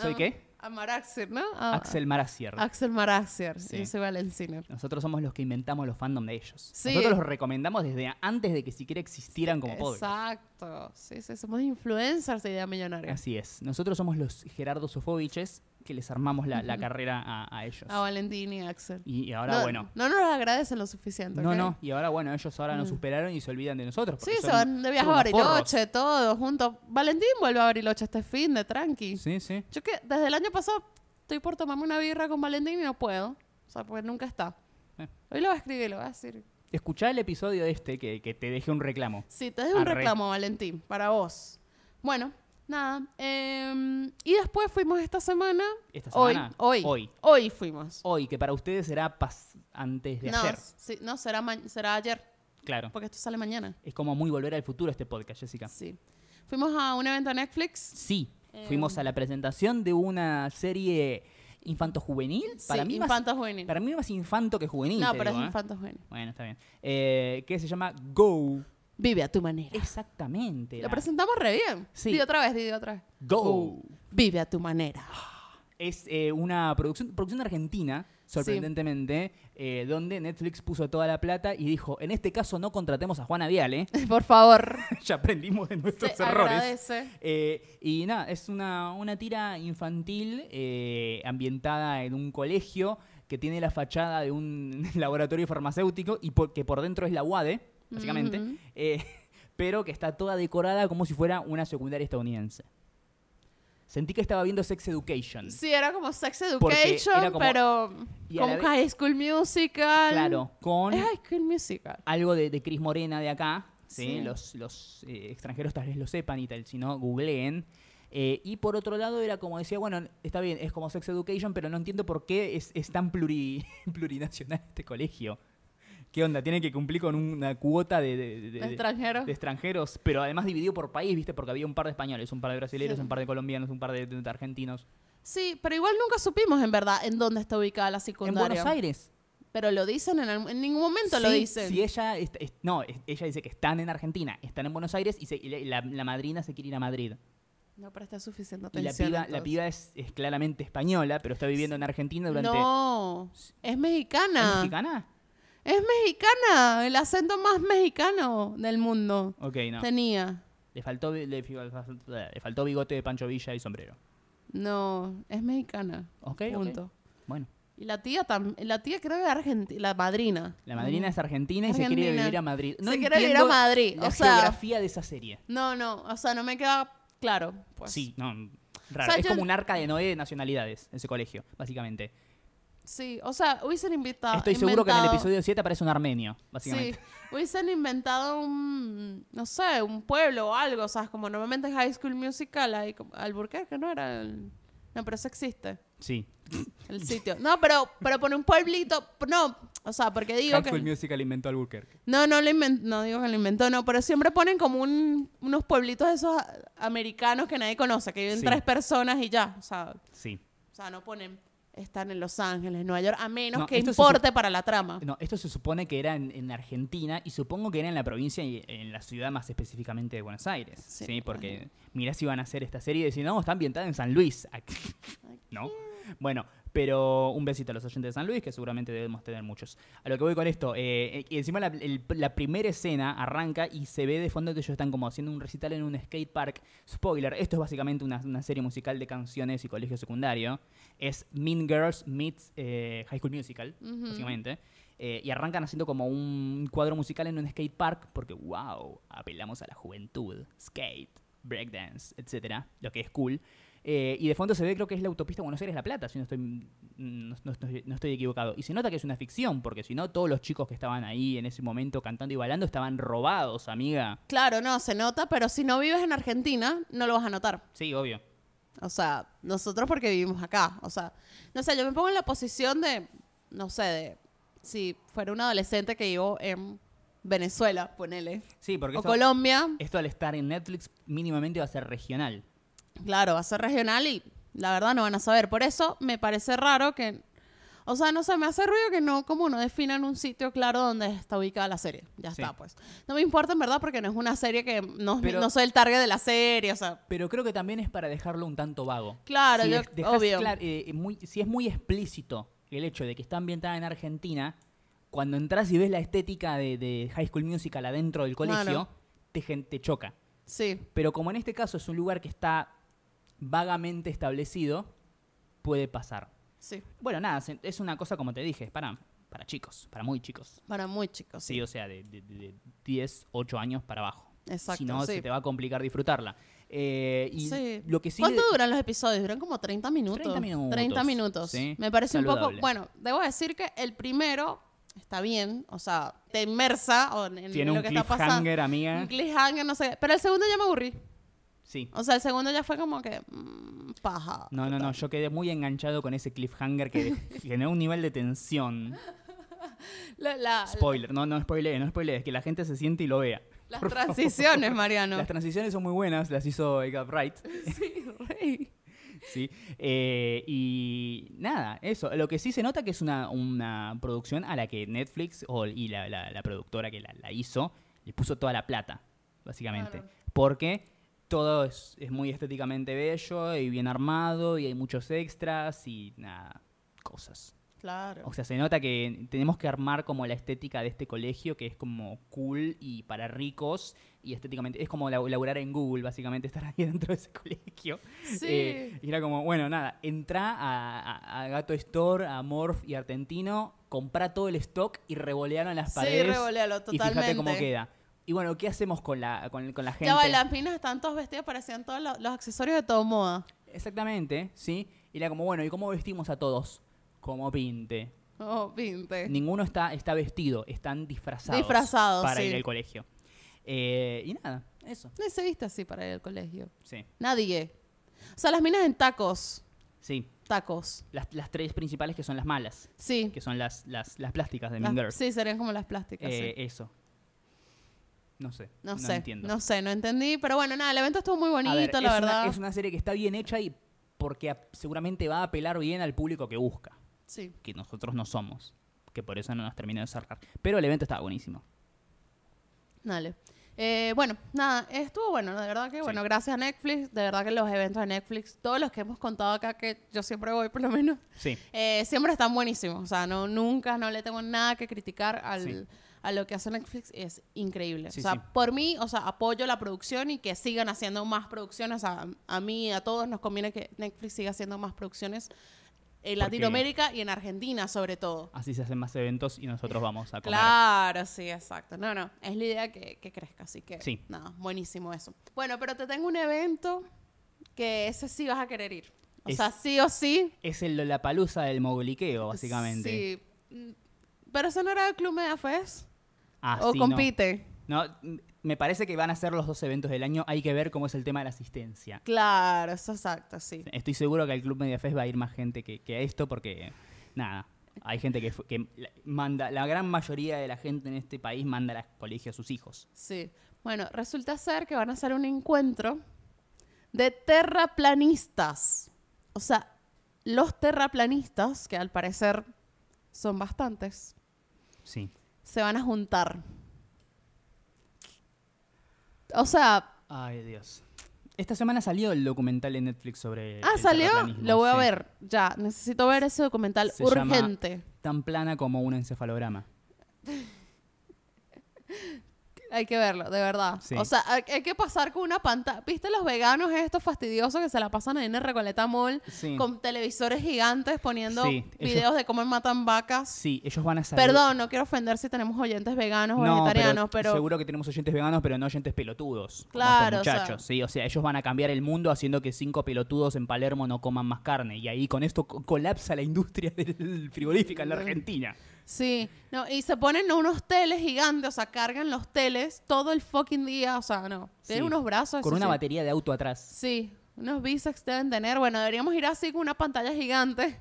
A: ¿Soy
B: Ah,
A: qué?
B: Amaraxer, ¿no? Ah,
A: Axel Maracier.
B: Axel Maraxer.
A: Sí.
B: Yo soy Valenciner.
A: Nosotros somos los que inventamos los fandom de ellos.
B: Sí,
A: Nosotros
B: eh.
A: los recomendamos desde a- antes de que siquiera existieran como podcast.
B: Exacto. Sí, sí, somos influencers de Idea Millonaria.
A: Así es. Nosotros somos los Gerardo Sofoviches que les armamos la, la carrera a, a ellos.
B: A Valentín y Axel.
A: y, y ahora,
B: Ah, no,
A: bueno,
B: No nos agradecen lo suficiente.
A: No,
B: ¿ok?
A: no, y ahora bueno, ellos ahora nos
B: Mm.
A: superaron y se olvidan de nosotros.
B: Sí,
A: porque
B: se
A: son-
B: van de viaje a
A: son unos forros.
B: Bariloche, todos juntos. Valentín vuelve a Bariloche este fin de tranqui.
A: Sí, sí.
B: Yo que desde el año pasado estoy por tomarme una birra con Valentín y no puedo. O sea, porque nunca está.
A: Eh.
B: Hoy lo voy a escribir, lo voy a decir.
A: Escuchá el episodio este que, que te dejé un reclamo.
B: Sí, te dejo un
A: Arre.
B: reclamo, Valentín, para vos. Bueno, nada. em, y después fuimos esta semana.
A: Esta
B: Hoy,
A: semana.
B: hoy,
A: Hoy.
B: hoy. fuimos.
A: Hoy, que para ustedes será pas- antes de
B: no,
A: ayer. Ah.
B: sí, no será, ma- será ayer,
A: Claro.
B: porque esto sale mañana.
A: Es como muy volver al futuro este podcast, Jessica.
B: Sí. Fuimos a un evento de Netflix.
A: Sí.
B: Eh,
A: Fuimos a la presentación de una serie infanto-juvenil. Para,
B: sí,
A: mí más,
B: Infanto Juvenil.
A: para mí más infanto que juvenil.
B: no,
A: te
B: pero
A: digo,
B: es
A: ¿eh?
B: Infanto Juvenil.
A: Bueno, está bien. Eh, que se llama Go.
B: Vive a tu manera.
A: Exactamente.
B: Lo
A: la-
B: presentamos re bien.
A: Sí.
B: Di otra vez, di otra vez.
A: Go.
B: Vive a tu manera.
A: Es eh, una producción, producción argentina, sorprendentemente, eh, donde Netflix puso toda la plata y dijo, en este caso no contratemos a Juana Viale,
B: Por favor.
A: ya aprendimos de nuestros
B: Se
A: errores.
B: agradece.
A: Eh, y nada, es una, una tira infantil eh, ambientada en un colegio que tiene la fachada de un laboratorio farmacéutico y por- que por dentro es la UADE, básicamente,
B: Ujú.
A: eh, pero que está toda decorada como si fuera una secundaria estadounidense. Sentí que estaba viendo Sex Education.
B: Sí, era como Sex
A: Porque
B: Education,
A: era como-
B: pero
A: y a
B: como
A: la vez-
B: High School Musical.
A: Claro, con
B: Es High School Musical.
A: algo de, de Cris Morena de acá. ¿sí?
B: Sí.
A: Los, los eh, extranjeros tal vez lo sepan y tal, si no, googleen. Eh, y por otro lado era como decía, bueno, está bien, es como Sex Education, pero no entiendo por qué es, es tan pluri- plurinacional este colegio. ¿Qué onda? Tiene que cumplir con una cuota de, de- de- de-
B: De extranjero.
A: de extranjeros, pero además dividido por país, ¿viste? Porque había un par de españoles, un par de brasileños,
B: Sí.
A: un par de colombianos, un par de, de argentinos.
B: Sí, pero igual nunca supimos en verdad en dónde está ubicada la secundaria.
A: En Buenos Aires.
B: Pero lo dicen en, algún- en ningún momento lo
A: Sí,
B: dicen.
A: Si ella, est- est- no, es- ella dice que están en Argentina, están en Buenos Aires y, se- y la, la madrina se quiere ir a Madrid.
B: No presté suficiente
A: Y la
B: atención.
A: piba, la
B: entonces.
A: piba es, es claramente española, pero está viviendo en Argentina durante...
B: No, es
A: ¿Es
B: mexicana.
A: mexicana?
B: Es mexicana, el acento más mexicano del mundo.
A: Ok, no.
B: Tenía.
A: Le faltó, le, le faltó bigote de Pancho Villa y sombrero.
B: No, es mexicana.
A: Ok, ok.
B: Punto.
A: Bueno,
B: Y la tía tam- la tía creo que es argentina, la madrina.
A: la madrina es argentina y se quiere
B: Mm. Argentina.
A: vivir a Madrid. No
B: Se quiere vivir a
A: entiendo
B: Madrid,
A: La
B: o sea-
A: geografía de esa serie.
B: No, no, o sea, no me queda claro. Pues.
A: Sí, no, raro.
B: sea,
A: es
B: yo-
A: como un arca de Noé de nacionalidades, ese colegio, básicamente.
B: Sí, o sea, hubiesen invitado.
A: Estoy seguro que en el
B: Ah, inventado-
A: episodio 7 aparece un armenio,
B: Sí,
A: básicamente.
B: hubiesen inventado un, no sé, un pueblo o algo, o sea, como normalmente en High School Musical hay como Alburquerque, ¿no era? el- no, pero eso existe,
A: Sí.
B: el sitio. No, pero, pero por un pueblito, no, o sea, porque digo
A: High
B: que...
A: School Musical inventó al Burker.
B: No, no lo inventó, no digo que lo inventó, no, pero siempre ponen como un- unos pueblitos de esos a- americanos que nadie conoce, que viven
A: Sí.
B: tres personas y ya, o sea,
A: Sí.
B: o sea, no ponen estar en Los Ángeles, en Nueva York, a menos
A: No,
B: que
A: esto se
B: importe para la trama.
A: No, esto se supone que era en, en Argentina y supongo que era en la provincia y en la ciudad más específicamente de Buenos Aires. Sí,
B: Sí,
A: porque mirá si iban a hacer esta serie y decir, no, está ambientada en San Luis. Ac- ¿No? Bueno, pero un besito a los oyentes de San Luis, que seguramente debemos tener muchos. A lo que voy con esto, eh, eh, y encima la, el- la primera escena arranca y se ve de fondo que ellos están como haciendo un recital en un skate park. Spoiler, esto es básicamente una, una serie musical de canciones y colegio secundario. Es Mean Girls meets eh, High School Musical,
B: Ujú.
A: básicamente. Eh, y arrancan haciendo como un cuadro musical en un skate park porque, wow, apelamos a la juventud, skate, breakdance, etcétera, lo que es cool. Eh, y de fondo se ve, creo que es la autopista Buenos Aires-La Plata, si no estoy, mm, no, no estoy- no estoy equivocado. Y se nota que es una ficción, porque si no, todos los chicos que estaban ahí en ese momento cantando y bailando estaban robados, amiga.
B: Claro, no, se nota, pero si no vives en Argentina, no lo vas a notar.
A: Sí, obvio.
B: O sea, nosotros porque vivimos acá. O sea, no sé, yo me pongo en la posición de, no sé, de si fuera un adolescente que vivo en Venezuela, ponele.
A: Sí, porque
B: O
A: esto,
B: Colombia,
A: esto al estar en Netflix mínimamente va a ser regional.
B: claro, va a ser regional y la verdad no van a saber. Por eso me parece raro que, o sea, no sé, me hace ruido que no, como no definan un sitio claro donde está ubicada la serie. Ya
A: Sí.
B: está, pues. No me importa en verdad porque no es una serie que, no,
A: Pero-
B: no soy el target de la serie, o sea,
A: Pero creo que también es para dejarlo un tanto vago.
B: Claro,
A: si
B: yo-
A: es- dejas
B: obvio.
A: clar- eh, eh, muy- si es muy explícito el hecho de que está ambientada en Argentina, cuando entras y ves la estética de, de High School Musical adentro del colegio,
B: Claro.
A: te, gen- te choca.
B: sí.
A: Pero como en este caso es un lugar que está vagamente establecido, puede pasar.
B: Sí,
A: Bueno, nada, se- es una cosa como te dije, es para, para chicos, para muy chicos.
B: para muy chicos.
A: Sí, o sea, de, de- de 10, 8 años para abajo.
B: Exacto,
A: Si no,
B: sí.
A: se te va a complicar disfrutarla. Eh, y
B: Sí.
A: lo que sí
B: ¿Cuánto
A: le-
B: duran los episodios? Duran como 30 minutos.
A: 30 minutos,
B: 30 minutos.
A: sí.
B: Me parece un
A: Saludable.
B: poco. Bueno, debo decir que el primero está bien, o sea, te inmersa o en, en
A: Tiene
B: lo
A: un
B: que está pasando.
A: cliffhanger, amiga.
B: Un cliffhanger, no sé. qué. Pero el segundo ya me aburrí.
A: Sí.
B: O sea, el segundo ya fue como que. mm, paja.
A: No, no, no. Yo quedé muy enganchado con ese cliffhanger que generó un nivel de tensión.
B: La- la-
A: Spoiler. No, no spoiler, no spoiler. Es que la gente se siente y lo vea.
B: las
A: Por favor.
B: transiciones, Mariano.
A: Las transiciones son muy buenas. Las hizo Edgar Wright.
B: Sí, rey.
A: Sí. Eh, y nada, eso. Lo que sí se nota que es una, una producción a la que Netflix o, y la, la- la productora que la, la hizo le puso toda la plata, básicamente.
B: Claro.
A: Porque todo es, es muy estéticamente bello y bien armado y hay muchos extras y nada, cosas.
B: Claro.
A: O sea, se nota que tenemos que armar como la estética de este colegio, que es como cool y para ricos, y estéticamente es como lau- laburar en Google, básicamente, estar ahí dentro de ese colegio.
B: Sí.
A: Eh, y era como, bueno, nada, entra a, a- a Gato Store, a Morph y Argentino, compra todo el stock y revolearon las
B: sí,
A: paredes.
B: revolealo,
A: y
B: totalmente.
A: fíjate cómo queda. Y bueno, ¿qué hacemos con la, con, con la gente?
B: Ya bailaminas están todos vestidos, parecían todos los, los accesorios de todo moda.
A: Exactamente, ¿sí? Y era como, bueno, ¿y cómo vestimos a todos? Como pinte.
B: Oh, pinte.
A: Ninguno está, está vestido, están disfrazados.
B: Disfrazados,
A: Para
B: sí.
A: ir al colegio. Eh, y nada, eso,
B: Nadie se viste así para ir al colegio.
A: sí.
B: Nadie. O sea, las minas en tacos.
A: Sí,
B: Tacos.
A: las, las tres principales que son las malas,
B: Sí.
A: que son las, las, las plásticas de
B: Las-
A: Mean Girls.
B: sí, serían como las plásticas. sí.
A: Eh, Eso. No sé.
B: No, sé.
A: entiendo.
B: No sé, no entendí. Pero bueno, nada, el evento estuvo muy bonito,
A: A ver,
B: la
A: es una-
B: verdad.
A: es una serie que está bien hecha y porque ap- seguramente va a apelar bien al público que busca,
B: Sí.
A: que nosotros no somos, que por eso no nos terminó de cerrar. Pero el evento estaba buenísimo.
B: Dale. Eh, bueno, nada, estuvo bueno, de verdad que
A: Sí.
B: bueno, gracias a Netflix, de verdad que los eventos de Netflix, todos los que hemos contado acá, que yo siempre voy por lo menos,
A: Sí.
B: eh, siempre están buenísimos, o sea, no, nunca, no le tengo nada que criticar al,
A: Sí.
B: a lo que hace Netflix es increíble.
A: Sí,
B: o sea,
A: sí.
B: por mí, o sea, apoyo la producción y que sigan haciendo más producciones. A, a mí, a todos nos conviene que Netflix siga haciendo más producciones
A: Porque-
B: en Latinoamérica y en Argentina, sobre todo.
A: Así se hacen más eventos y nosotros vamos a comer.
B: Claro, sí, exacto. No, no, es la idea que, que crezca, así que
A: Sí.
B: nada, buenísimo eso. Bueno, pero te tengo un evento que ese sí vas a querer ir. O
A: Es-
B: sea, sí o sí.
A: Es el Lollapalooza del mogliqueo, básicamente.
B: Sí. Mm, Pero eso no era el Club Medafest.
A: Ah,
B: o
A: sí, no.
B: compite.
A: No, m- me parece que van a ser los dos eventos del año. Hay que ver cómo es el tema de la asistencia.
B: Claro, eso exacto, sí.
A: Estoy seguro que al Club Mediafest va a ir más gente que, que a esto porque, nada, hay gente que, fu- que la- manda, la gran mayoría de la gente en este país manda al colegio a sus hijos.
B: Sí. Bueno, resulta ser que van a hacer un encuentro de terraplanistas. O sea, los terraplanistas, que al parecer son bastantes,
A: Sí.
B: se van a juntar. O sea,
A: Ay, Dios. Esta semana salió el documental en Netflix sobre.
B: ah,
A: Eh, el
B: salió,
A: terraplanismo,
B: lo voy a
A: sí.
B: ver, ya, necesito ver ese documental
A: Se llama-
B: urgente.
A: Tan plana como un encefalograma.
B: Hay que verlo, de verdad.
A: Sí.
B: O sea, hay, hay que pasar con una pantalla. ¿Viste los veganos estos fastidiosos que se la pasan en el Recoleta Mall
A: Sí.
B: con televisores gigantes poniendo
A: Sí, ellos-
B: videos de cómo matan vacas?
A: Sí, ellos van a salir.
B: Perdón, no quiero ofender si tenemos oyentes veganos o
A: No,
B: vegetarianos, pero,
A: seguro que tenemos oyentes veganos, pero no oyentes pelotudos. como
B: Claro, o
A: estos
B: sea.
A: muchachos, sí. O sea, ellos van a cambiar el mundo haciendo que cinco pelotudos en Palermo no coman más carne. Y ahí con esto co- colapsa la industria del frigorífica en
B: Mm.
A: la Argentina.
B: sí. No, y se ponen unos teles gigantes, o sea, cargan los teles todo el fucking día, o sea, no. Tienen
A: Sí,
B: unos brazos.
A: Con
B: eso
A: una
B: sí.
A: batería de auto atrás.
B: Sí, unos bíceps deben tener. Bueno, deberíamos ir así con una pantalla gigante.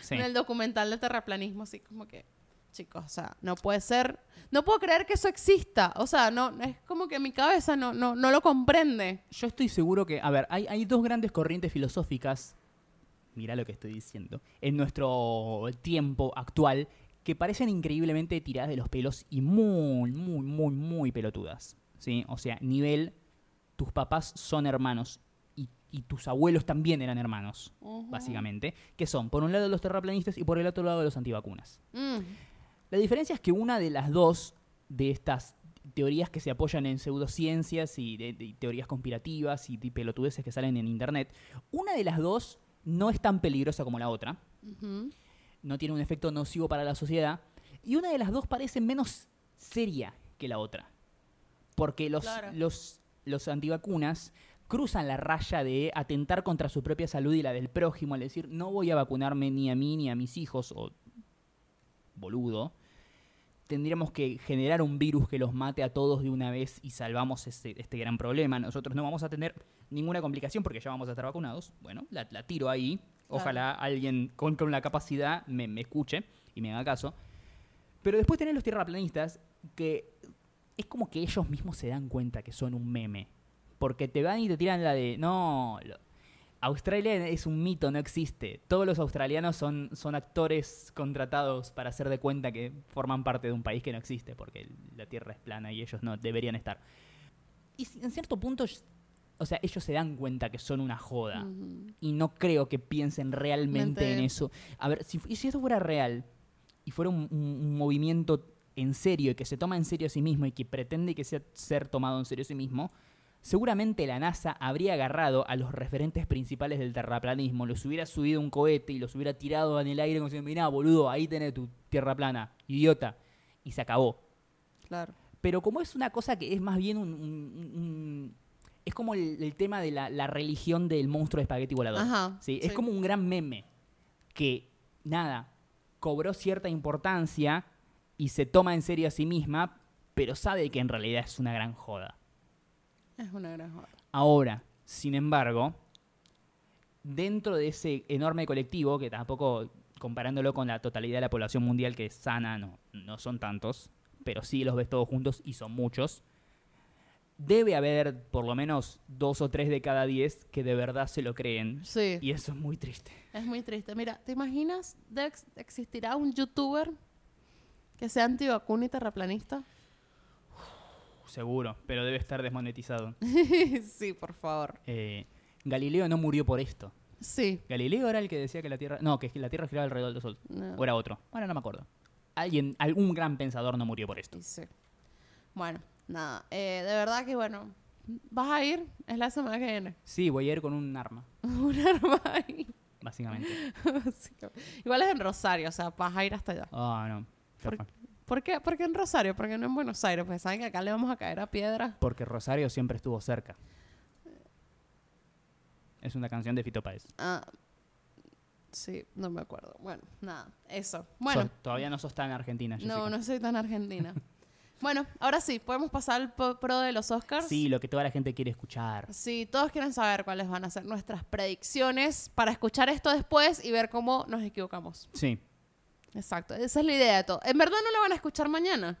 A: Sí.
B: en el documental de terraplanismo, así como que, chicos, o sea, no puede ser, no puedo creer que eso exista, o sea, no, es como que mi cabeza no, no, no lo comprende.
A: Yo estoy seguro que, a ver, hay, hay dos grandes corrientes filosóficas, mira lo que estoy diciendo, en nuestro tiempo actual, que parecen increíblemente tiradas de los pelos y muy, muy, muy, muy pelotudas. ¿sí? O sea, nivel, tus papás son hermanos y, y tus abuelos también eran hermanos, básicamente, que son, por un lado, los terraplanistas y por el otro lado, los antivacunas.
B: Mm,
A: La diferencia es que una de las dos de estas teorías que se apoyan en pseudociencias y de- de teorías conspirativas y de pelotudeces que salen en internet, una de las dos no es tan peligrosa como la otra,
B: ujú.
A: no tiene un efecto nocivo para la sociedad, y una de las dos parece menos seria que la otra. Porque los,
B: Claro.
A: los, los antivacunas cruzan la raya de atentar contra su propia salud y la del prójimo al decir no voy a vacunarme ni a mí ni a mis hijos o boludo. Tendríamos que generar un virus que los mate a todos de una vez y salvamos ese- este gran problema. Nosotros no vamos a tener ninguna complicación porque ya vamos a estar vacunados. Bueno, la, la tiro ahí. Ojalá alguien con, con la capacidad me, me escuche y me haga caso. Pero después tenés los tierraplanistas que es como que ellos mismos se dan cuenta que son un meme. Porque te van y te tiran la de, no, lo- Australia es un mito, no existe. Todos los australianos son, son actores contratados para hacer de cuenta que forman parte de un país que no existe, porque la Tierra es plana y ellos no deberían estar. Y si- en cierto punto, o sea, ellos se dan cuenta que son una joda
B: Ujú.
A: y no creo que piensen realmente
B: Mente.
A: en eso. A ver, si, fu- si eso fuera real y fuera un, un- un movimiento en serio y que se toma en serio a sí mismo y que pretende que sea ser tomado en serio a sí mismo, seguramente la NASA habría agarrado a los referentes principales del terraplanismo, los hubiera subido a un cohete y los hubiera tirado en el aire como diciendo, mirá, boludo, ahí tenés tu tierra plana, idiota. Y se acabó.
B: Claro.
A: Pero como es una cosa que es más bien un... un- un- es como el, el tema de la, la religión del monstruo de espagueti volador.
B: Ajá,
A: ¿sí? Es
B: sí.
A: como un gran meme que, nada, cobró cierta importancia y se toma en serio a sí misma, pero sabe que en realidad es una gran joda.
B: Es una gran joda.
A: Ahora, sin embargo, dentro de ese enorme colectivo, que tampoco comparándolo con la totalidad de la población mundial que es sana, no, no son tantos, pero sí los ves todos juntos y son muchos, debe haber por lo menos dos o tres de cada diez que de verdad se lo creen.
B: Sí,
A: Y eso es muy triste.
B: es muy triste. Mira, ¿te imaginas? de ex- ¿Existirá un youtuber que sea antivacuna y terraplanista?
A: Seguro, pero debe estar desmonetizado.
B: sí, por favor.
A: Eh, Galileo no murió por esto.
B: Sí.
A: Galileo era el que decía que la Tierra... No, que la Tierra giraba alrededor del Sol.
B: No.
A: O era otro. Ahora no me acuerdo. alguien, algún gran pensador no murió por esto.
B: Y sí. Bueno, nada. eh, de verdad que, bueno, vas a ir. Es la semana que viene.
A: Sí, voy a ir con un arma,
B: Un arma ahí.
A: básicamente.
B: Sí. Igual es en Rosario, o sea, vas a ir hasta allá.
A: Ah, no. qué
B: ¿Por
A: horror.
B: ¿Por qué, ¿Por qué en Rosario? Porque no en Buenos Aires? Porque saben que acá le vamos a caer a piedra.
A: Porque Rosario siempre estuvo cerca. Eh. Es una canción de Fito Páez.
B: Ah, sí, no me acuerdo. Bueno, nada, eso. Bueno,
A: Sos- todavía no sos tan argentina,
B: no,
A: Jessica.
B: no soy tan argentina. bueno, ahora sí, podemos pasar al po- pro de los Oscars.
A: Sí, lo que toda la gente quiere escuchar.
B: Si todos quieren saber cuáles van a ser nuestras predicciones para escuchar esto después y ver cómo nos equivocamos.
A: Sí.
B: Exacto, esa es la idea de todo. En verdad no lo van a escuchar mañana.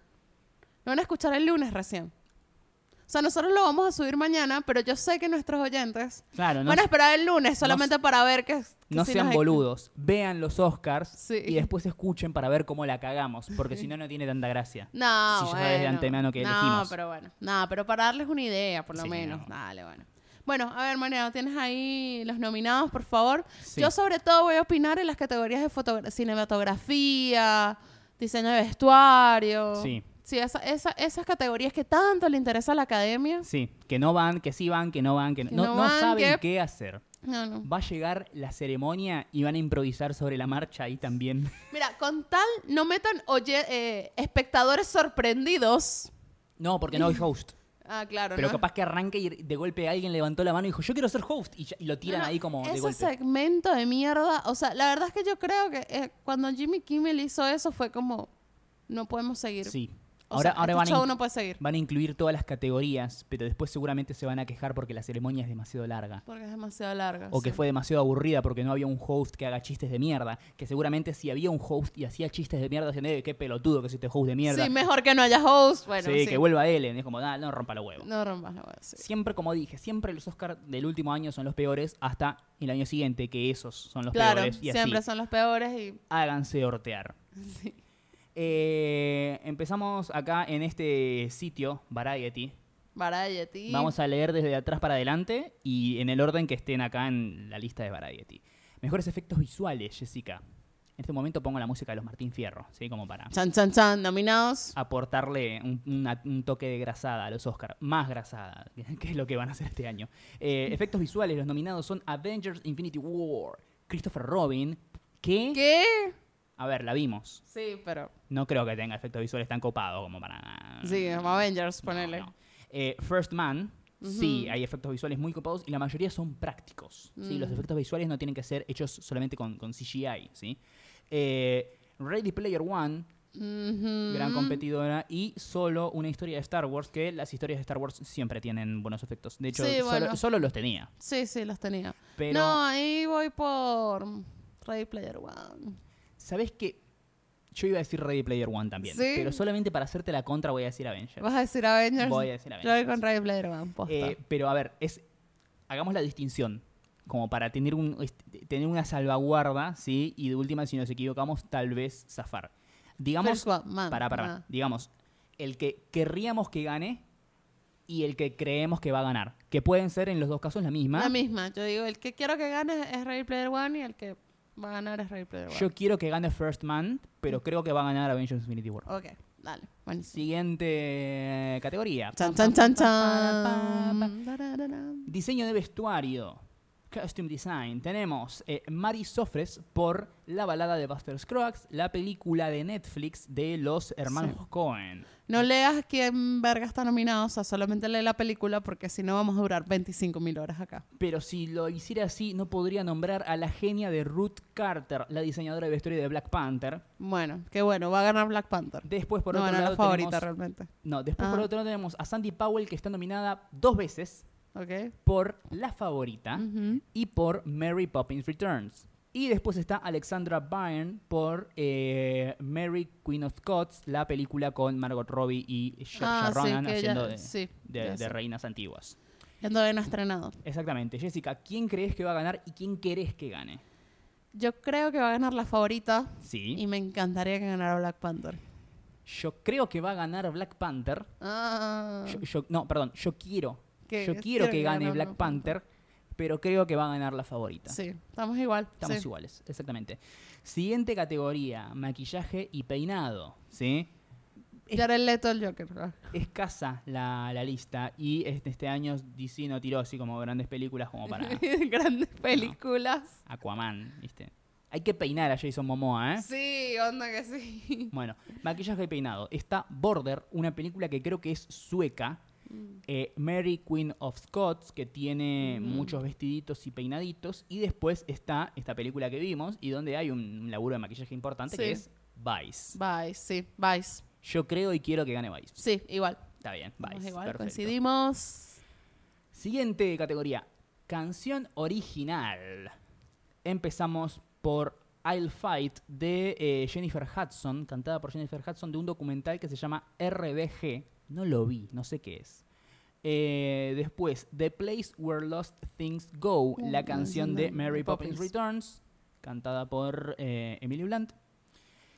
B: Lo van a escuchar el lunes recién. O sea, nosotros lo vamos a subir mañana, pero yo sé que nuestros oyentes
A: Claro, no,
B: van a esperar el lunes solamente para ver que, que
A: no
B: si
A: sean
B: nos equi-
A: boludos. Vean los Oscars
B: Sí.
A: y después escuchen para ver cómo la cagamos, porque si no, no tiene tanta gracia.
B: No,
A: Si ya sabes de
B: bueno.
A: antemano que
B: no,
A: elegimos.
B: pero bueno. No, pero para darles una idea, por lo
A: Sí,
B: menos.
A: no.
B: Dale, bueno. Bueno, a ver, Mariano, tienes ahí los nominados, por favor.
A: Sí.
B: Yo sobre todo voy a opinar en las categorías de fotogra- cinematografía, diseño de vestuario.
A: Sí.
B: Sí, esa- esa- esas categorías que tanto le interesa a la academia.
A: Sí, que no van, que sí van, que no van, que no,
B: Que
A: no,
B: no
A: no
B: van,
A: saben
B: que-
A: qué hacer.
B: No, no.
A: Va a llegar la ceremonia y van a improvisar sobre la marcha ahí también.
B: Mira, con tal no metan oye- eh, espectadores sorprendidos.
A: No, porque no hay host.
B: Ah, claro.
A: Pero
B: ¿no?
A: capaz que arranque y de golpe alguien levantó la mano y dijo, yo quiero ser host. Y, ya- y lo tiran
B: No, no,
A: ahí como de
B: ese
A: golpe.
B: segmento de mierda, o sea, la verdad es que yo creo que eh, cuando Jimmy Kimmel hizo eso fue como, no podemos seguir.
A: Sí.
B: O
A: Ahora,
B: sea,
A: ahora
B: este
A: van, a
B: show
A: in-
B: no puede seguir.
A: van a incluir todas las categorías, pero después seguramente se van a quejar porque la ceremonia es demasiado larga.
B: Porque es demasiado larga.
A: O que
B: sí.
A: fue demasiado aburrida porque no había un host que haga chistes de mierda. Que seguramente si había un host y hacía chistes de mierda, decían, "Eh, qué pelotudo que es este host de mierda.
B: Sí, mejor que no haya host. Bueno,
A: Sí,
B: sí.
A: que vuelva Ellen. Es como, "Ah, no rompa los huevos.
B: No rompas la hueá, sí.
A: Siempre, como dije, siempre los Oscars del último año son los peores hasta el año siguiente, que esos son los
B: Claro,
A: peores. Y
B: siempre
A: así,
B: son los peores y
A: háganse hortear. Eh, empezamos acá en este sitio, Variety.
B: Variety.
A: Vamos a leer desde atrás para adelante y en el orden que estén acá en la lista de Variety. Mejores efectos visuales, Jessica. En este momento pongo la música de los Martín Fierro, ¿sí? Como para
B: Chan, chan, chan, nominados.
A: aportarle un, una- un toque de grasada a los Oscars. Más grasada, que es lo que van a hacer este año. Eh, efectos visuales, los nominados son Avengers Infinity War, Christopher Robin, que...
B: ¿Qué?
A: A ver, la vimos.
B: Sí, pero...
A: No creo que tenga efectos visuales tan copados como para...
B: Sí, como Avengers,
A: Ah, No,
B: ponele.
A: no. Eh, First Man, sí, hay efectos visuales muy copados y la mayoría son prácticos. ¿sí?
B: Mm.
A: Los efectos visuales no tienen que ser hechos solamente con, con CGI. ¿sí? Eh, Ready Player One,
B: Ujú.
A: gran competidora, y solo una historia de Star Wars, que las historias de Star Wars siempre tienen buenos efectos. De hecho,
B: Sí,
A: solo,
B: bueno.
A: solo los tenía.
B: Sí, sí, los tenía.
A: Pero,
B: No, ahí voy por Ready Player One.
A: ¿sabes qué? Yo iba a decir Ready Player One también,
B: Sí.
A: pero solamente para hacerte la contra voy a decir Avengers.
B: ¿Vas a decir Avengers?
A: Voy a decir
B: Yo voy
A: Avengers.
B: con Ready Player One, posta.
A: Eh, pero a ver, es hagamos la distinción. Como para tener, un, est- tener una salvaguarda, ¿sí? Y de última, si nos equivocamos, tal vez zafar. Digamos,
B: First one, man,
A: para,
B: nada.
A: para, digamos, el que querríamos que gane y el que creemos que va a ganar. Que pueden ser en los dos casos la misma.
B: La misma. Yo digo, el que quiero que gane es Ready Player One y el que va a ganar es Ready Player One.
A: Yo quiero que gane First Man,
B: Mm.
A: pero creo que va a ganar Avengers Infinity War.
B: Ok, dale. Buenísimo.
A: Siguiente eh, categoría.
B: Chan, chan, chan, chan. Darararán.
A: Diseño de vestuario. Costume Design. Tenemos eh, Mari Sofres por la balada de Buster Scruggs, la película de Netflix de los hermanos Cohen.
B: No leas quién verga está nominado, o sea, solamente lee la película porque si no vamos a durar 25.000 horas acá.
A: Pero si lo hiciera así, no podría nombrar a la genia de Ruth Carter, la diseñadora de vestuario de Black Panther.
B: Bueno, qué bueno, va a ganar Black Panther.
A: Después, por
B: no,
A: otro
B: no,
A: lado,
B: la favorita
A: tenemos...
B: realmente.
A: No, después,
B: Ah.
A: por otro lado, tenemos a Sandy Powell, que está nominada dos veces
B: Ok.
A: por La Favorita
B: Ujú.
A: y por Mary Poppins Returns. Y después está Alexandra Byrne por eh, Mary Queen of Scots, la película con Margot Robbie y Saoirse
B: Ah, sí,
A: Ronan
B: que
A: haciendo
B: ya-
A: de,
B: sí,
A: de-
B: ya
A: de
B: sé.
A: reinas antiguas.
B: Ya todavía no ha estrenado.
A: Exactamente. Jessica, ¿quién crees que va a ganar y quién querés que gane?
B: Yo creo que va a ganar la favorita y
A: Sí.
B: me encantaría que ganara Black Panther.
A: Yo creo que va a ganar Black Panther.
B: Ah,
A: Yo- yo- no, perdón. Yo quiero.
B: Que-
A: Yo quiero que gane Black Panther. pero creo que va a ganar la favorita.
B: Sí, estamos igual.
A: Estamos
B: sí.
A: iguales, exactamente. Siguiente categoría, maquillaje y peinado, ¿sí?
B: Jared Leto el Joker. ¿verdad?
A: Escasa la, la lista y este, este año DC no tiró así como grandes películas como para
B: Grandes películas.
A: Aquaman, ¿viste? Hay que peinar a Jason Momoa, ¿eh?
B: Sí, onda que sí.
A: Bueno, maquillaje y peinado. Está Border, una película que creo que es sueca. Eh, Mary Queen of Scots, que
B: Mm.
A: tiene muchos vestiditos y peinaditos. Y después está esta película que vimos y donde hay un, un laburo de maquillaje importante
B: Sí.
A: que es Vice.
B: Vice, sí, Vice.
A: Yo creo y quiero que gane Vice.
B: Sí, igual.
A: Está bien,
B: Estamos
A: Vice.
B: igual,
A: perfecto.
B: coincidimos.
A: Siguiente categoría, canción original. Empezamos por I'll Fight de eh, Jennifer Hudson, cantada por Jennifer Hudson de un documental que se llama RBG. No lo vi, no sé qué es. Eh, después, The Place Where Lost Things Go,
B: Uh,
A: la canción de Mary Poppins,
B: Poppins.
A: Returns, cantada por eh, Emily Blunt.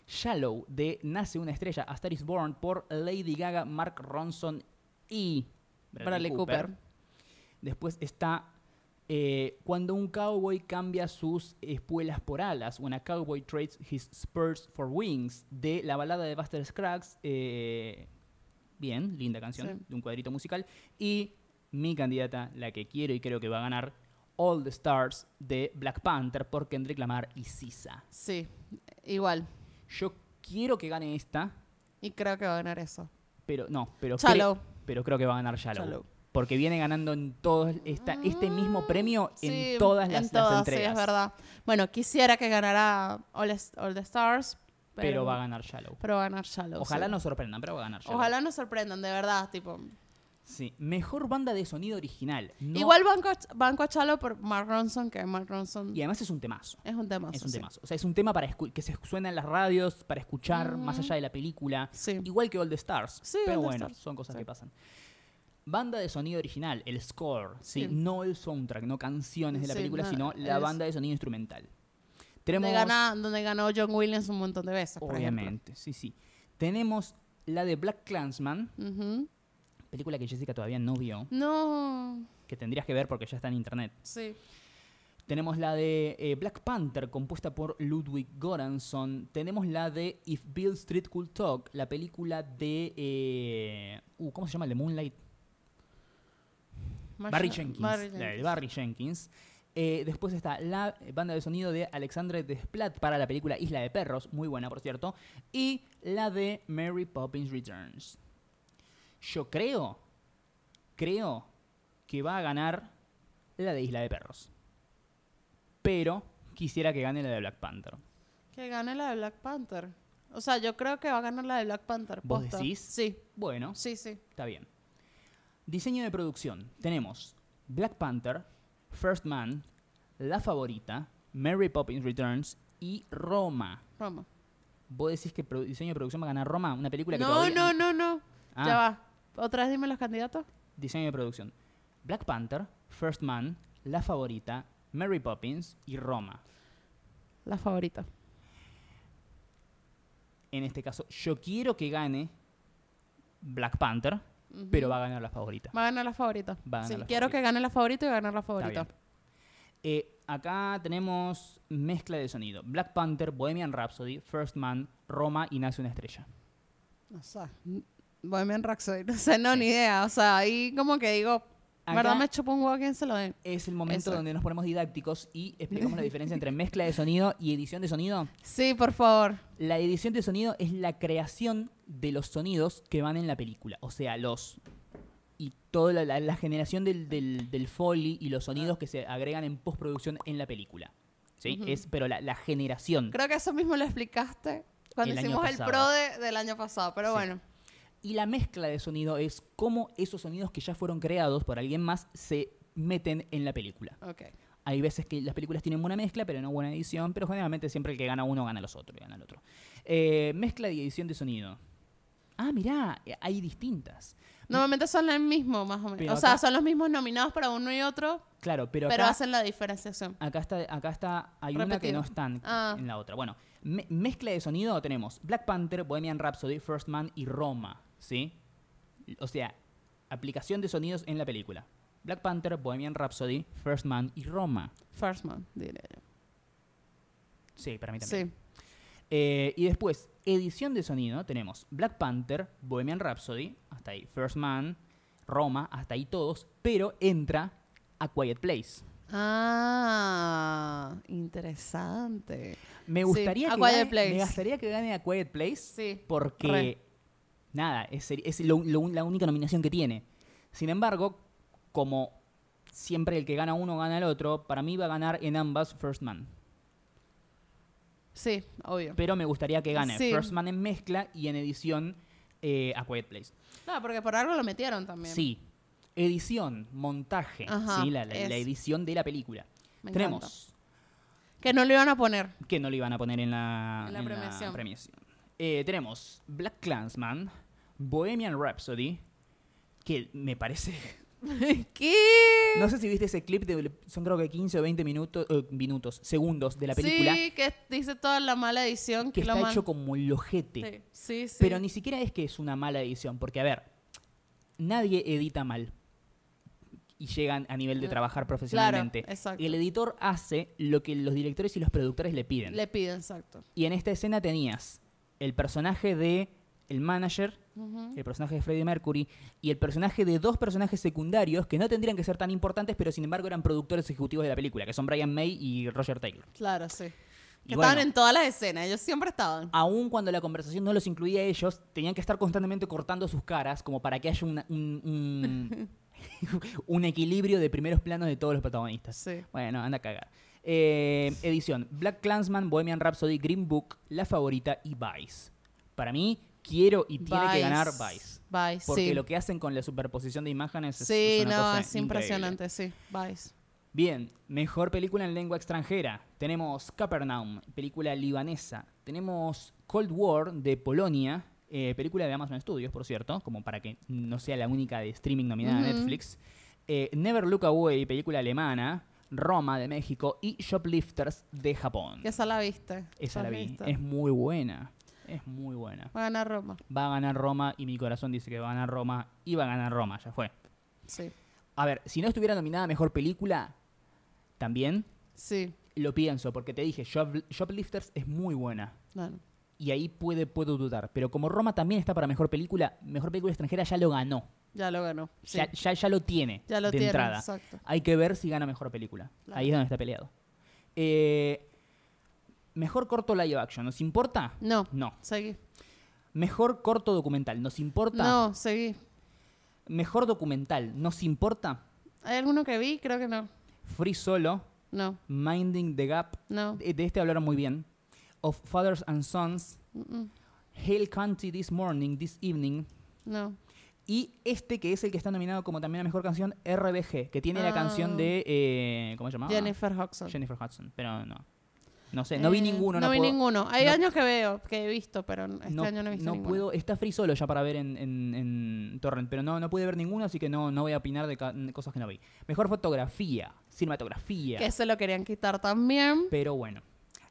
A: Shallow de Nace una estrella, A Star is Born por Lady Gaga, Mark Ronson y
B: Bradley Cooper.
A: Después está eh, Cuando un cowboy cambia sus espuelas por alas. When a cowboy trades his spurs for wings. De la balada de Buster Scruggs. eh, bien, linda canción
B: Sí.
A: de un cuadrito musical. Y mi candidata, la que quiero y creo que va a ganar, All the Stars de Black Panther por Kendrick Lamar y Sisa.
B: Sí, igual.
A: Yo quiero que gane esta,
B: Y creo que va a ganar eso.
A: pero no, pero, cre-
B: Shallow.
A: pero creo que va a ganar Shallow.
B: Shallow.
A: Porque viene ganando en todos esta, este mismo premio
B: Mm, Ah, Sí,
A: en todas las,
B: en
A: las
B: todas,
A: entregas.
B: Sí, es verdad. Bueno, quisiera que ganara All, Est- All the Stars, pero,
A: Pero, va a ganar Shallow.
B: pero va a ganar Shallow.
A: Ojalá
B: sí.
A: nos sorprendan, pero va a ganar Shallow.
B: Ojalá nos sorprendan, de verdad, tipo.
A: Sí, mejor banda de sonido original. No-
B: Igual banco, banco a Shallow por Mark Ronson, que Mark Ronson
A: Y además es un temazo.
B: es un tema.
A: Es un temazo. O sea, es un tema para escu- que se suena en las radios, para escuchar más allá de la película.
B: Sí.
A: Igual que All the Stars.
B: Sí,
A: pero
B: All the
A: bueno,
B: Stars.
A: son cosas
B: Sí.
A: que pasan. Banda de sonido original, el score, ¿sí?
B: Sí.
A: no el soundtrack, no canciones de la
B: Sí,
A: película,
B: no,
A: sino la
B: es-
A: banda de sonido instrumental.
B: Donde,
A: Tenemos,
B: gana- donde ganó John Williams un montón de veces. por ejemplo.
A: obviamente, sí, sí. Tenemos la de Black Clansman,
B: Ujú.
A: película que Jessica todavía no vio,
B: No.
A: que tendrías que ver porque ya está en internet.
B: Sí.
A: Tenemos la de eh, Black Panther, compuesta por Ludwig Goranson. Tenemos la de If Bill Street Could Talk, la película de. eh, uh, ¿Cómo se llama? El de Moonlight.
B: Marshall-
A: Barry Jenkins.
B: Barry
A: La de
B: Jenkins.
A: Barry Jenkins. Eh, después está la banda de sonido de Alexandre Desplat para la película Isla de Perros, muy buena por cierto. Y la de Mary Poppins Returns. Yo creo, creo que va a ganar la de Isla de Perros. Pero quisiera que gane la de Black Panther.
B: Que gane la de Black Panther. O sea, yo creo que va a ganar la de Black Panther.
A: ¿Vos
B: posta.
A: decís?
B: Sí,
A: Bueno,
B: sí, sí.
A: Está bien. Diseño de producción. Tenemos Black Panther, First Man, La Favorita, Mary Poppins Returns y Roma.
B: Roma.
A: ¿Vos decís que produ- diseño de producción va a ganar Roma? Una película que
B: No,
A: todavía...
B: no, no, no.
A: Ah,
B: Ya va. Otra vez dime los candidatos.
A: Diseño de producción. Black Panther, First Man, La Favorita, Mary Poppins y Roma.
B: La favorita.
A: En este caso, yo quiero que gane Black Panther, pero va a ganar La Favorita.
B: Va a ganar la favorita.
A: Va a ganar
B: sí,
A: la
B: quiero
A: favorita.
B: que gane la favorita y va a ganar la
A: Está
B: favorita.
A: bien. Eh, acá tenemos mezcla de sonido. Black Panther, Bohemian Rhapsody, First Man, Roma y Nace una estrella.
B: No sé. Bohemian Rhapsody. No sé, no, ni idea. O sea, ahí como que digo,
A: Acá-
B: ¿verdad me chupa un huevo quién se lo den?
A: Es el momento
B: Eso.
A: donde nos ponemos didácticos y explicamos la diferencia entre mezcla de sonido y edición de sonido.
B: Sí, por favor.
A: La edición de sonido es la creación de los sonidos que van en la película. O sea, los... Y toda la, la- la generación del, del, del foley y los
B: Ah.
A: sonidos que se agregan en postproducción en la película. ¿Sí? es, pero la, la generación.
B: Creo que eso mismo lo explicaste cuando
A: El año
B: hicimos el
A: pasado.
B: pro de- del año pasado. Pero
A: Sí.
B: bueno,
A: Y la mezcla de sonido es cómo esos sonidos que ya fueron creados por alguien más se meten en la película.
B: ok.
A: Hay veces que las películas tienen buena mezcla, pero no buena edición, pero generalmente siempre el que gana uno gana los otros, gana el otro. Eh, mezcla y edición de sonido. Ah, mirá, eh, hay distintas.
B: Normalmente son el mismo, más o menos.
A: Pero
B: o sea,
A: acá-
B: son los mismos nominados para uno y otro,
A: Claro, pero
B: pero,
A: acá,
B: hacen la diferenciación.
A: acá está, acá está, hay una que
B: Repetido.
A: no están
B: Ah.
A: en la otra. Bueno, me- mezcla de sonido tenemos Black Panther, Bohemian Rhapsody, First Man y Roma, ¿sí? O sea, aplicación de sonidos en la película. Black Panther, Bohemian Rhapsody, First Man y Roma.
B: First Man, diría yo.
A: Sí, para mí también.
B: Sí.
A: Eh, y después, edición de sonido, tenemos Black Panther, Bohemian Rhapsody, hasta ahí, First Man, Roma, hasta ahí todos, pero entra A Quiet Place.
B: Ah, interesante.
A: Me
B: Sí,
A: gustaría,
B: A
A: que,
B: Quiet
A: gane,
B: Place.
A: me gustaría que gane A Quiet Place
B: Sí,
A: porque,
B: re.
A: nada, es, seri- es lo- lo- la única nominación que tiene. Sin embargo, como siempre el que gana uno gana el otro, para mí va a ganar en ambas First Man.
B: Sí, obvio.
A: Pero me gustaría que gane
B: Sí.
A: First Man en mezcla y en edición eh, A Quiet Place.
B: No, porque por algo lo metieron también.
A: Sí. Edición, montaje,
B: Ajá,
A: ¿sí? la, la-
B: es.
A: la edición de la película.
B: Me
A: Tenemos
B: Que no lo iban a poner.
A: que no lo iban a poner en la,
B: En la premiación.
A: Eh, tenemos Black Clansman, Bohemian Rhapsody, que me parece.
B: ¿Qué?
A: No sé si viste ese clip de son creo que 15 o 20 minutos, eh, minutos, segundos de la película
B: Sí, que dice toda la mala edición.
A: que
B: lo
A: está
B: man-
A: hecho como el ojete.
B: Sí, sí. sí.
A: Pero ni siquiera es que es una mala edición, porque a ver, nadie edita mal y llegan a nivel de trabajar profesionalmente.
B: exacto.
A: El editor hace lo que los directores y los productores le piden.
B: Le piden, exacto.
A: Y en esta escena tenías el personaje de el manager,
B: Ujú.
A: el personaje de Freddie Mercury y el personaje de dos personajes secundarios que no tendrían que ser tan importantes, pero sin embargo eran productores ejecutivos de la película, que son Brian May y Roger Taylor.
B: Claro, sí.
A: Y
B: Que estaban
A: bueno. Ah,
B: en todas las escenas, ellos siempre estaban.
A: aun cuando la conversación no los incluía a ellos, tenían que estar constantemente cortando sus caras como para que haya una- un, un- un equilibrio de primeros planos de todos los protagonistas.
B: Sí.
A: Bueno, anda a cagar. Eh, edición, Black Clansman, Bohemian Rhapsody, Green Book, La Favorita y Vice. Para mí, quiero y tiene que ganar Vice.
B: Vice,
A: Porque
B: sí.
A: lo que hacen con la superposición de imágenes es,
B: sí,
A: es una
B: no,
A: cosa
B: es
A: increíble.
B: impresionante, sí. Vice.
A: Bien, mejor película en lengua extranjera. Tenemos Capernaum, película libanesa. Tenemos Cold War de Polonia, eh, película de Amazon Studios, por cierto, como para que no sea la única de streaming nominada a
B: Ujú.
A: Netflix. Eh, Never Look Away, película alemana. Roma de México y Shoplifters de Japón.
B: Que esa la viste.
A: Esa la vi.
B: viste.
A: Es muy buena. Es muy buena.
B: Va a ganar Roma.
A: Va a ganar Roma y mi corazón dice que va a ganar Roma y va a ganar Roma, ya fue.
B: Sí.
A: A ver, si no estuviera nominada a mejor película, también,
B: Sí.
A: lo pienso, porque te dije, Shop- Shoplifters es muy buena.
B: Bueno.
A: Y ahí puede, puedo dudar. Pero como Roma también está para mejor película, mejor película extranjera ya lo ganó.
B: Ya lo ganó. Sí.
A: Ya, ya, ya lo tiene
B: Ya lo
A: de
B: tiene,
A: entrada.
B: exacto.
A: Hay que ver si gana mejor película.
B: Claro.
A: Ahí es donde está peleado. Eh, mejor corto live action, ¿nos importa?
B: No.
A: No.
B: Seguí.
A: Mejor corto documental, ¿nos importa?
B: No, seguí.
A: Mejor documental, ¿nos importa?
B: ¿Hay alguno que vi? Creo que no.
A: Free Solo,
B: No.
A: Minding the Gap,
B: No.
A: de de este hablaron muy bien. Of Fathers and Sons,
B: Mm, mm.
A: Hail Country This Morning, This Evening.
B: No.
A: Y este que es el que está nominado como también la mejor canción, RBG, que tiene la
B: Ah.
A: canción de. eh, ¿Cómo se llamaba?
B: Jennifer Hudson.
A: Jennifer Hudson. Pero no. No sé, no vi
B: Eh,
A: ninguno.
B: No, vi
A: puedo-
B: ninguno. Hay
A: no-
B: años que veo, que he visto, pero n- este
A: no-
B: año no he visto
A: no
B: ninguno.
A: puedo. Está free solo ya para ver en, en- en Torrent, pero no, no pude ver ninguno, así que no, no voy a opinar de ca- cosas que no vi. Mejor fotografía, cinematografía.
B: Que se lo querían quitar también.
A: Pero bueno,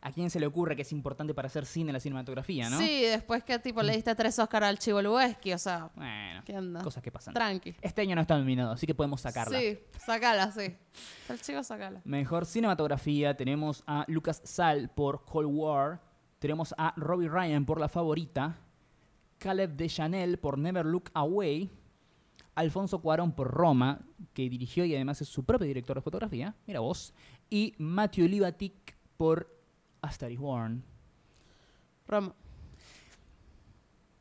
A: ¿a quién se le ocurre que es importante para hacer cine la cinematografía, no?
B: Sí, después que tipo le diste tres Oscar al Chivo Lubeski, o sea,
A: Bueno,
B: ¿qué onda?
A: cosas que pasan.
B: Tranqui.
A: Este año no está nominado, así que podemos sacarla.
B: Ah. Sí, sacala, sí. El chivo sacala.
A: Mejor cinematografía tenemos a Lucas Sal por Cold War, tenemos a Robbie Ryan por La Favorita, Caleb de Chanel por Never Look Away, Alfonso Cuarón por Roma, que dirigió y además es su propio director de fotografía, mira vos, y Matthew Libatic por A Star is Born.
B: Roma,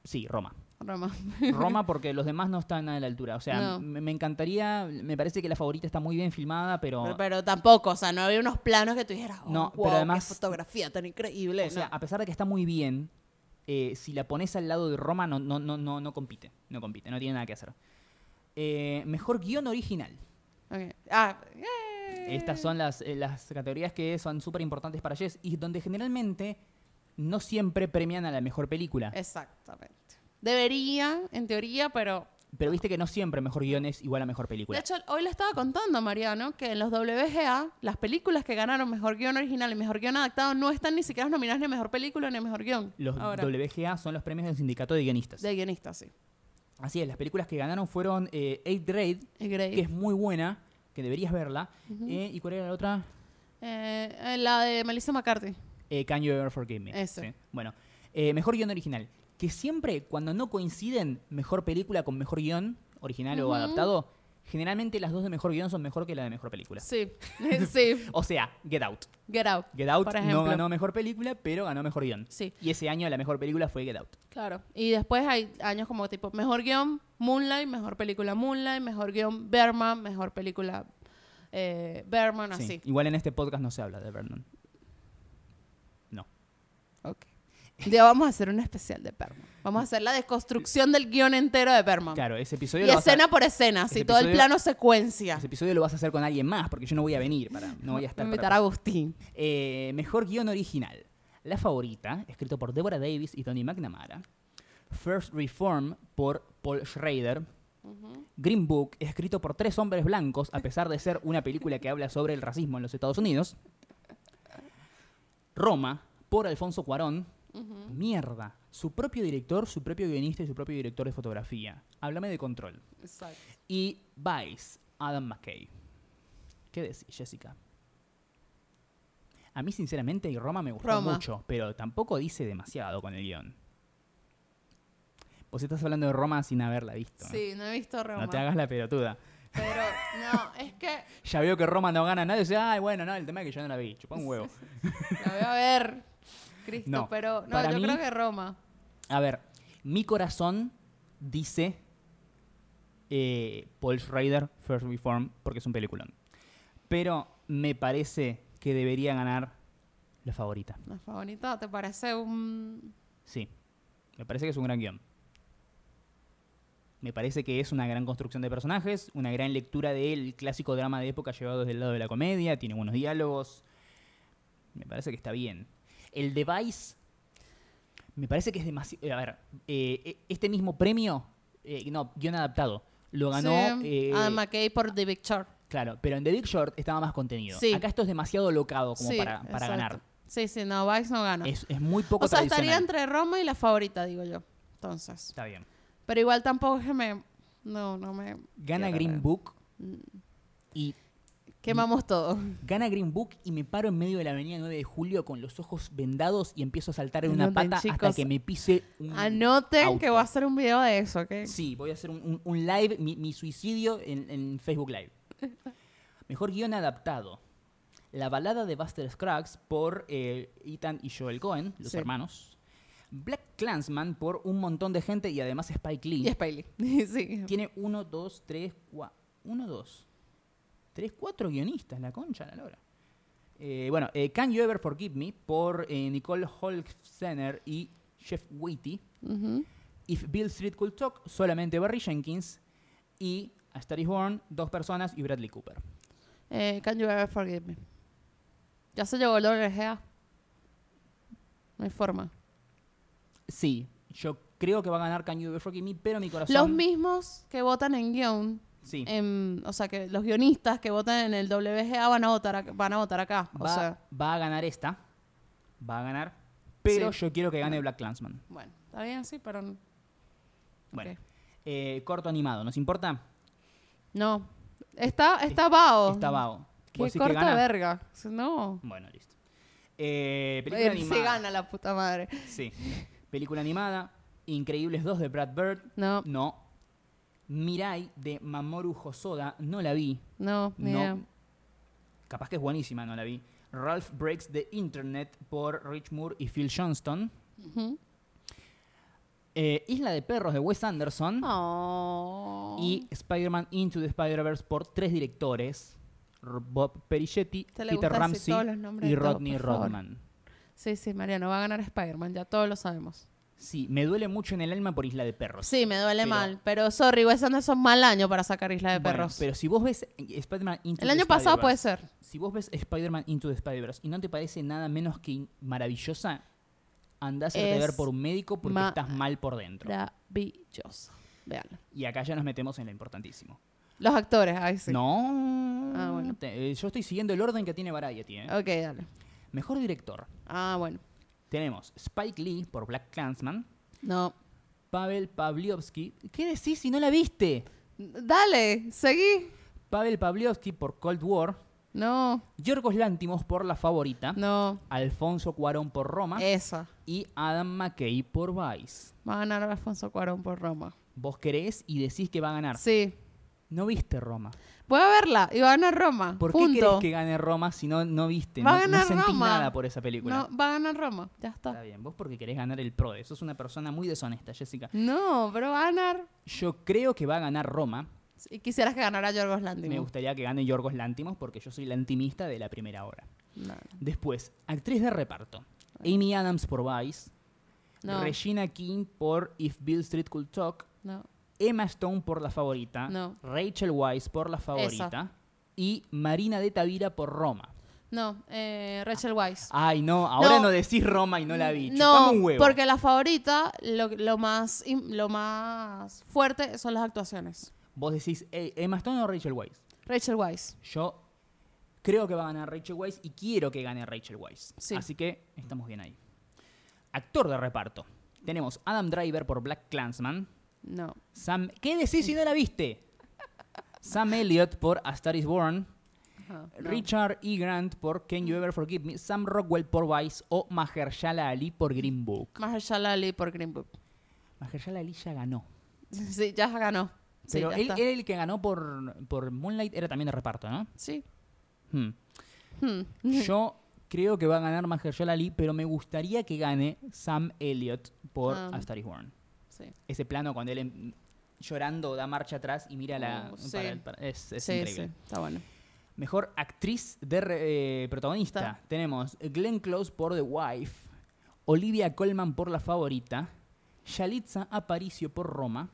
A: Sí, Roma.
B: Roma.
A: Roma porque los demás no están a la altura. O sea,
B: No.
A: me, me encantaría, me parece que la favorita está muy bien filmada,
B: Pero, pero tampoco, o sea, no había unos planos que tú dijeras, oh,
A: No, pero
B: wow, qué
A: además-
B: fotografía tan increíble.
A: O sea,
B: no.
A: a pesar de que está muy bien, eh, si la pones al lado de Roma no, no, no, no, no compite. No compite, no tiene nada que hacer. Eh, mejor guión original.
B: Ok. Ah, eh.
A: Estas son las, eh, las categorías que son súper importantes para Jess y donde generalmente no siempre premian a la mejor película.
B: Eh. Exactamente. Debería, en teoría, pero
A: Pero viste que no siempre mejor guión es igual a mejor
B: De
A: película.
B: hecho, hoy le estaba contando a Mariano que en los WGA, las películas que ganaron mejor guión original y mejor guión adaptado no están ni siquiera nominadas ni a mejor película ni a mejor guión.
A: Los
B: Ahora,
A: WGA son los premios del sindicato de guionistas.
B: De guionista, sí.
A: Así es, las películas que ganaron fueron eh, Eighth Grade,
B: Es Grey.
A: que es muy buena, que deberías verla. Eh, ¿Y cuál era la otra?
B: Eh, eh, la de Melissa McCarthy.
A: Eh, Can You Ever Forgive Me.
B: Eso.
A: Sí. Bueno, eh, mejor guión original. Que siempre, cuando no coinciden mejor película con mejor guión, original o
B: Ujú.
A: adaptado, generalmente las dos de mejor guión son mejor que la de mejor película.
B: Sí, sí.
A: O sea, Get Out.
B: Get Out.
A: Get Out
B: Por
A: no
B: ejemplo.
A: ganó mejor película, pero ganó mejor guión.
B: Sí.
A: Y ese año la mejor película fue Get Out.
B: Claro. Y después hay años como tipo mejor guión Moonlight, mejor película Moonlight, mejor guión Berman, mejor película eh, Berman,
A: Sí.
B: así.
A: Igual en este podcast no se habla de Vernon. No.
B: Ok. Un día vamos a hacer un especial de Berman. Vamos a hacer la desconstrucción del guión entero de Berman.
A: Claro, ese episodio,
B: Y
A: lo vas a-
B: escena por escena, así
A: ese
B: todo el
A: episodio-
B: plano secuencia.
A: ese episodio lo vas a hacer con alguien más, porque yo no voy a venir, para, no voy a estar. para-
B: Invitar a Agustín.
A: Eh, mejor guión original. La favorita, escrito por Deborah Davis y Tony McNamara. First Reform por Paul Schrader. Green Book, escrito por tres hombres blancos, a pesar de ser una película que habla sobre el racismo en los Estados Unidos. Roma, por Alfonso Cuarón. Mierda. Su propio director, su propio guionista y su propio director de fotografía. Háblame de control.
B: Exacto.
A: Y Vice, Adam McKay. ¿Qué decís, Jessica? A mí, sinceramente, y Roma me gustó
B: Roma.
A: mucho, pero tampoco dice demasiado con el guión. Vos estás hablando de Roma sin haberla visto. ¿eh?
B: Sí, no he visto Roma.
A: No te hagas la pelotuda.
B: Pero no, es que
A: Ya veo que Roma no gana nada. Y dice, ay, bueno, no, el tema es que yo no la vi. Chupá un huevo.
B: la voy a ver. Cristo,
A: No,
B: pero no,
A: para
B: yo
A: mí-
B: creo que Roma.
A: A ver, mi corazón dice eh, Paul Schrader, First Reform, porque es un peliculón. Pero me parece que debería ganar la favorita.
B: La favorita, ¿te parece un
A: Sí, me parece que es un gran guión. Me parece que es una gran construcción de personajes, una gran lectura del clásico drama de época llevado desde el lado de la comedia, tiene buenos diálogos. Me parece que está bien. El device me parece que es demasiado... A ver, eh, e- este mismo premio, eh, no, guión adaptado, lo ganó...
B: Sí, Ah,
A: eh,
B: Adam McKay por The Big Short.
A: claro, pero en The Big Short estaba más contenido.
B: Sí.
A: Acá esto es demasiado locado como
B: Sí,
A: para, para
B: exacto.
A: ganar.
B: Sí, sí, no, Vice no gana.
A: Es, es muy poco
B: o sea,
A: tradicional.
B: estaría entre Roma y la favorita, digo yo. Entonces.
A: Está bien.
B: Pero igual tampoco es que me. No, no me.
A: Gana
B: quiero
A: Green
B: ver.
A: Book
B: Mm.
A: y Mm.
B: Quemamos todo.
A: gana Green Book y me paro en medio de la avenida 9 de julio con los ojos vendados y empiezo a saltar en una
B: Anoten,
A: pata hasta
B: chicos. Ah,
A: que me pise un
B: Anoten
A: auto.
B: que voy a hacer un video de eso, ¿ok?
A: Sí, voy a hacer un, un- un live, mi, mi suicidio en, en Facebook Live. Mejor guión adaptado. La balada de Buster Scruggs por eh, Ethan y Joel Cohen, los
B: Sí.
A: hermanos. Black Clansman por un montón de gente y además Spike Lee.
B: Y Spiley. sí.
A: Tiene uno, dos, tres, cuatro. Uno, dos. Tres, cuatro guionistas, la concha, la lora. Eh, bueno, eh, Can You Ever Forgive Me por eh, Nicole Holzheimer y Jeff Whitty.
B: Ujú.
A: If Bill Street Could Talk, solamente Barry Jenkins. Y A Star is Born, dos personas y Bradley Cooper.
B: Eh, can you ever forgive me? Ya se llevó el WGA. No hay forma.
A: Sí, yo creo que va a ganar Can You Ever Forgive Me, pero mi corazón.
B: Los mismos que votan en guión
A: Sí.
B: em, o sea que los guionistas que votan en el WGA van a votar acá, van a votar acá o
A: va,
B: sea
A: va a ganar esta. Va a ganar. Pero
B: Sí.
A: yo quiero que gane Black Clansman.
B: bueno está bien sí pero n-
A: Bueno.
B: ok.
A: Eh, corto animado, ¿nos importa?
B: no está está vago
A: Está vago.
B: qué
A: ¿Vos decís que
B: corta
A: gana?
B: verga no
A: Bueno, listo. Eh, película
B: Él
A: animada.
B: se gana la puta madre
A: Sí. Película animada. Increíbles 2 de Brad Bird.
B: no
A: No. Mirai de Mamoru Hosoda. No la vi.
B: no ni
A: No.
B: idea.
A: Capaz que es buenísima, no la vi. Ralph Breaks the Internet por Rich Moore y Phil Johnston.
B: Ujú.
A: Eh, Isla de Perros de Wes Anderson.
B: Oh.
A: Y Spider-Man Into the Spider-Verse por tres directores. R- Bob Perichetti,
B: Te le
A: Peter
B: gusta decir todos
A: Ramsey
B: los nombres
A: y
B: de todo,
A: Rodney
B: por favor.
A: Rodman.
B: sí sí Mariano va a ganar Spider-Man ya todos lo sabemos
A: Sí, me duele mucho en el alma por Isla de Perros.
B: sí me duele
A: Pero-
B: mal pero sorry Wes Anderson mal año para sacar Isla de
A: Bueno,
B: Perros
A: pero si vos ves Spider-Man Into
B: el
A: the
B: año pasado
A: Spider-Verse,
B: puede ser
A: Si vos ves Spider-Man Into the Spider-Verse y no te parece nada menos que in- maravillosa, andás a hacerte
B: Es
A: ver por un médico porque
B: ma-
A: estás mal por dentro.
B: maravilloso veanlo
A: Y acá ya nos metemos en lo importantísimo.
B: Los actores, ahí sí.
A: No.
B: Ah, bueno.
A: te- eh, yo estoy siguiendo el orden que tiene Variety. ¿eh?
B: Ok, dale.
A: Mejor director.
B: Ah, bueno.
A: Tenemos Spike Lee por Black Clansman,
B: No.
A: Pavel Pavliovsky. ¿Qué decís si no la viste?
B: Dale, seguí.
A: Pavel Pavliovsky por Cold War.
B: No,
A: Yorgos Lántimos por La Favorita.
B: no.
A: Alfonso Cuarón por Roma.
B: Esa.
A: Y Adam McKay por Vice.
B: Va a ganar Alfonso Cuarón por Roma.
A: Vos querés y decís que va a ganar.
B: Sí.
A: No viste Roma.
B: Voy a verla y va a ganar Roma.
A: ¿Por qué
B: Punto.
A: querés que gane Roma si no, no viste?
B: Va a
A: no, no
B: ganar
A: sentís
B: Roma.
A: nada por esa película.
B: No, va a ganar Roma. Ya
A: Está
B: está.
A: bien, vos porque querés ganar el PRODE. Sos una persona muy deshonesta, Jessica.
B: No, pero va a ganar.
A: Yo creo que va a ganar Roma.
B: Y quisieras que ganara Yorgos Lanthimos.
A: Me gustaría que gane Yorgos Lántimos porque yo soy lantimista de la primera hora.
B: No.
A: Después, actriz de reparto. Amy Adams por Vice.
B: No.
A: Regina King por If Bill Street Could Talk.
B: no.
A: Emma Stone por La Favorita.
B: No.
A: Rachel Weisz por La Favorita. Y Marina de Tavira por Roma.
B: No, eh, Rachel Weisz.
A: Ay, no, ahora no,
B: No.
A: decís Roma Ah, y no la vi.
B: No,
A: Chupame un huevo.
B: porque la favorita, lo, lo más, im- lo más fuerte son las actuaciones.
A: Vos decís eh, Emma Stone o Rachel Weisz.
B: Rachel Weisz.
A: Yo creo que va a ganar Rachel Weisz y quiero que gane Rachel Weisz.
B: Sí.
A: Así que estamos bien ahí. Actor de reparto. Tenemos Adam Driver por Black Clansman.
B: No.
A: Sam, ¿Qué decís si no la viste? Sam Elliott por A Star is Born.
B: Ajá, no.
A: Richard E. Grant por Can You Ever Forgive Me. Sam Rockwell por Vice. O Mahershala Ali por Green Book.
B: Mahershala Ali por Green Book.
A: Mahershala Ali ya ganó.
B: Sí, ya ganó. Sí,
A: Pero
B: ya
A: él,
B: está.
A: él el que ganó por, por Moonlight era también de reparto, ¿no?
B: Sí.
A: Hmm.
B: Hmm.
A: Yo creo que va a ganar Mahershala Ali, pero me gustaría que gane Sam Elliott por
B: Ah.
A: A Star Is Born.
B: Sí.
A: Ese plano cuando él em, llorando da marcha atrás y mira la...
B: Oh, sí.
A: para el- para- es es
B: sí,
A: increíble.
B: sí, está bueno.
A: Mejor actriz de re- eh, protagonista.
B: Está.
A: Tenemos Glenn Close por The Wife, Olivia Colman por La Favorita, Yalitza Aparicio por Roma,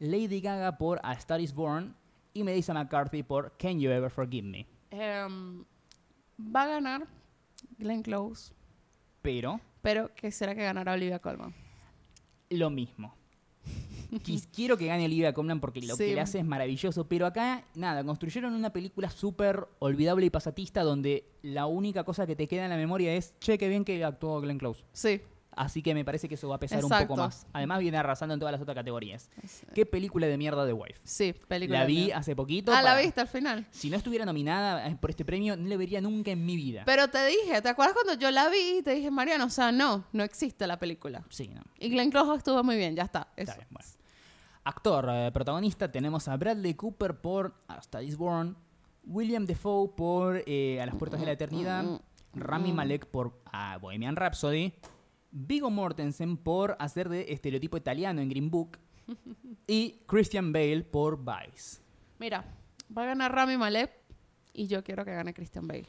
A: Lady Gaga por A Star Is Born y Melissa McCarthy por Can You Ever Forgive Me.
B: Em, va a ganar Glenn Close,
A: Pero
B: pero quisiera que ganara Olivia Colman.
A: lo mismo. Quis- Quiero que gane Olivia Colman porque lo
B: Sí.
A: que le hace es maravilloso, pero acá, nada, construyeron una película súper olvidable y pasatista donde la única cosa que te queda en la memoria es, che, qué bien que actuó Glenn Close.
B: Sí.
A: Así que me parece que eso va a pesar un
B: Exacto.
A: poco más. Además viene arrasando en todas las otras categorías. ¿Qué película de mierda de Wife?
B: Sí, película.
A: La
B: de
A: vi
B: miedo.
A: hace poquito.
B: Ah, la
A: para-
B: viste al final.
A: Si no estuviera nominada eh, por este premio, no la vería nunca en mi vida.
B: Pero te dije, ¿te acuerdas cuando yo la vi y te dije, Mariano, o sea, no, no existe la película?
A: Sí, no.
B: Y Glenn Close estuvo muy bien, ya está.
A: Está
B: eso.
A: bien, bueno. Actor, eh, protagonista, tenemos a Bradley Cooper por A Star is Born, William Defoe por eh, A las puertas de la eternidad, Rami
B: Mm.
A: Malek por ah, Bohemian Rhapsody, Vigo Mortensen por hacer de estereotipo italiano en Green Book y Christian Bale por Vice.
B: Mira, va a ganar Rami Malek y yo quiero que gane Christian Bale.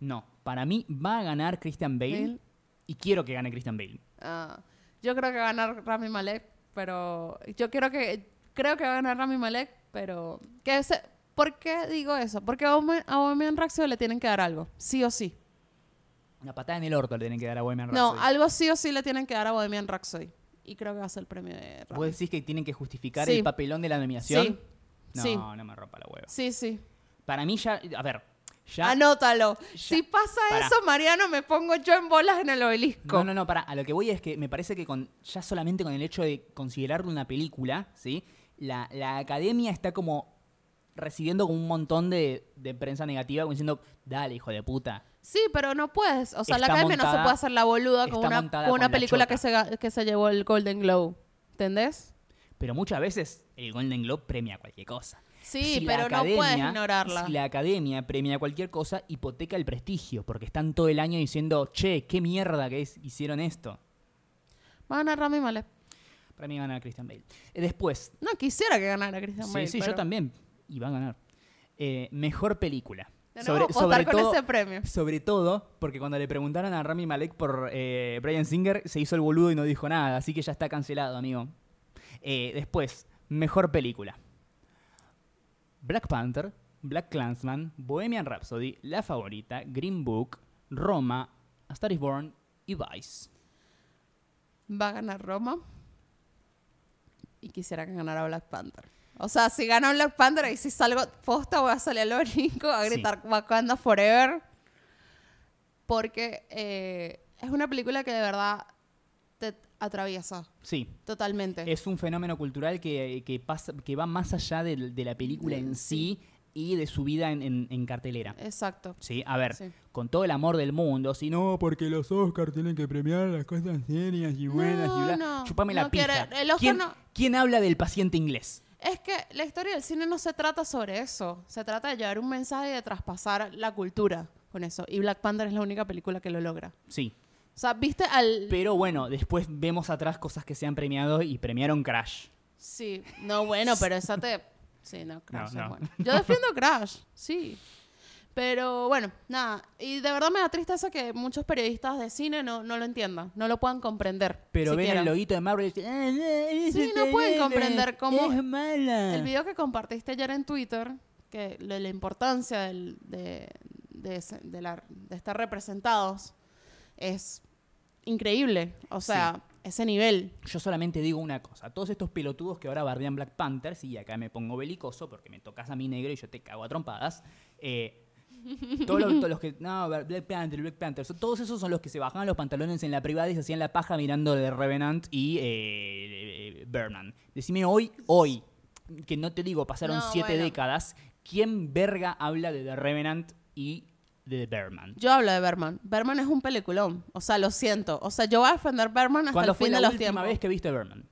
A: No, para mí va a ganar Christian Bale
B: Bale.
A: y quiero que gane Christian Bale.
B: Ah, yo creo que va a ganar Rami Malek, pero yo quiero que creo que va a ganar Rami Malek, pero que se- ¿por qué digo eso? Porque a Bohemian- a Bohemian Rhapsody le tienen que dar algo, sí o sí.
A: Una patada en el orto le tienen que dar a Bohemian
B: No,
A: Rhapsody.
B: algo sí o sí le tienen que dar a Bohemian Rhapsody y creo que va a ser el premio de Rami.
A: ¿Vos decís que tienen que justificar
B: Sí.
A: el papelón de la nominación?
B: Sí.
A: No,
B: Sí.
A: no me rompa la hueva.
B: Sí, sí.
A: Para mí ya, a ver, ya...
B: Anótalo. Si pasa
A: Pará.
B: eso, Mariano, me pongo yo en bolas en el obelisco.
A: No, no, no, para, a lo que voy es que me parece que con, ya solamente con el hecho de considerarlo una película, ¿sí? La, la academia está como recibiendo como un montón de, de prensa negativa, como diciendo, dale, hijo de puta.
B: Sí, pero no puedes. O sea, la
A: Está
B: academia no se
A: montada-
B: puede hacer la boluda con
A: está
B: una,
A: montada
B: con una
A: con la
B: película
A: chota.
B: que se, ga- que se llevó el Golden Globe. ¿Entendés?
A: Pero muchas veces el Golden Globe premia cualquier cosa.
B: Sí,
A: Si la
B: pero no
A: academia-
B: puedes ignorarla.
A: Si la academia premia cualquier cosa, hipoteca el prestigio, porque están todo el año diciendo, che, qué mierda que es- hicieron esto.
B: Va a ganar Rami Malek.
A: Para mí gana Christian Bale. Eh, Después,
B: No quisiera que ganara Christian
A: sí,
B: Bale.
A: sí, yo
B: pero
A: también, y va a ganar. Eh, mejor película.
B: Tenemos que apostar con ese premio.
A: sobre todo, porque cuando le preguntaron a Rami Malek por eh, Brian Singer, se hizo el boludo y no dijo nada, así que ya está cancelado, amigo. Eh, después, mejor película. Black Panther, Black Clansman, Bohemian Rhapsody, La Favorita, Green Book, Roma, A Star is Born y Vice.
B: Va a ganar Roma. Y quisiera que ganara Black Panther. O sea, si gana Black Panther, ahí si salgo posta, voy a salir al obelisco a
A: Sí.
B: gritar Wakanda Forever. Porque eh, es una película que de verdad te atraviesa
A: Sí,
B: totalmente.
A: es un fenómeno cultural que, que pasa, que va más allá del- de, la película en sí y de su vida en, en- en cartelera.
B: Exacto.
A: Sí, a ver,
B: Sí.
A: con todo el amor del mundo, si no, porque los Oscars tienen que premiar las cosas serias y buenas y
B: No,
A: bla.
B: no,
A: Chupame la
B: no quiere-
A: pija.
B: el Oscar
A: ¿Quién,
B: no-
A: quién habla del paciente inglés?
B: Es que la historia del cine no se trata sobre eso. Se trata de llevar un mensaje y de traspasar la cultura con eso. Y Black Panther es la única película que lo logra.
A: Sí.
B: O sea, viste al.
A: Pero bueno, después vemos atrás cosas que se han premiado y premiaron Crash.
B: Sí, no, bueno, pero esa te. Sí, no,
A: No,
B: Crash es
A: no.
B: bueno. Yo defiendo Crash, sí. Pero bueno, nada. Y de verdad me da tristeza que muchos periodistas de cine no, no lo entiendan, no lo puedan comprender.
A: Pero ven
B: siquiera.
A: el loguito de Marvel y dicen, "Ah, no,
B: Sí,
A: es
B: no pueden
A: terrible,
B: comprender cómo
A: Es mala.
B: El video que compartiste ayer en Twitter, que lo- la importancia del- de, de ese- de la- de estar representados es increíble. O sea, ese nivel.
A: Yo solamente digo una cosa. Todos estos pelotudos que ahora bardean Black Panthers, y acá me pongo belicoso porque me tocas a mi negro y yo te cago a trompadas. eh, todos, los, todos los que. No, Black Panther, Black Panther. son- Todos esos son los que se bajaban los pantalones en la privada y se hacían la paja mirando The Revenant y eh, eh, Berman. Decime hoy, hoy, que no te digo, pasaron
B: No,
A: siete
B: bueno.
A: décadas, ¿quién verga habla de The Revenant y de The Berman?
B: Yo hablo de Berman. Berman es un peliculón. O sea, lo siento. O sea, yo voy a defender Berman hasta
A: ¿Cuándo
B: el
A: fue
B: fin
A: la
B: de los
A: última
B: tiempos.
A: vez que viste Berman?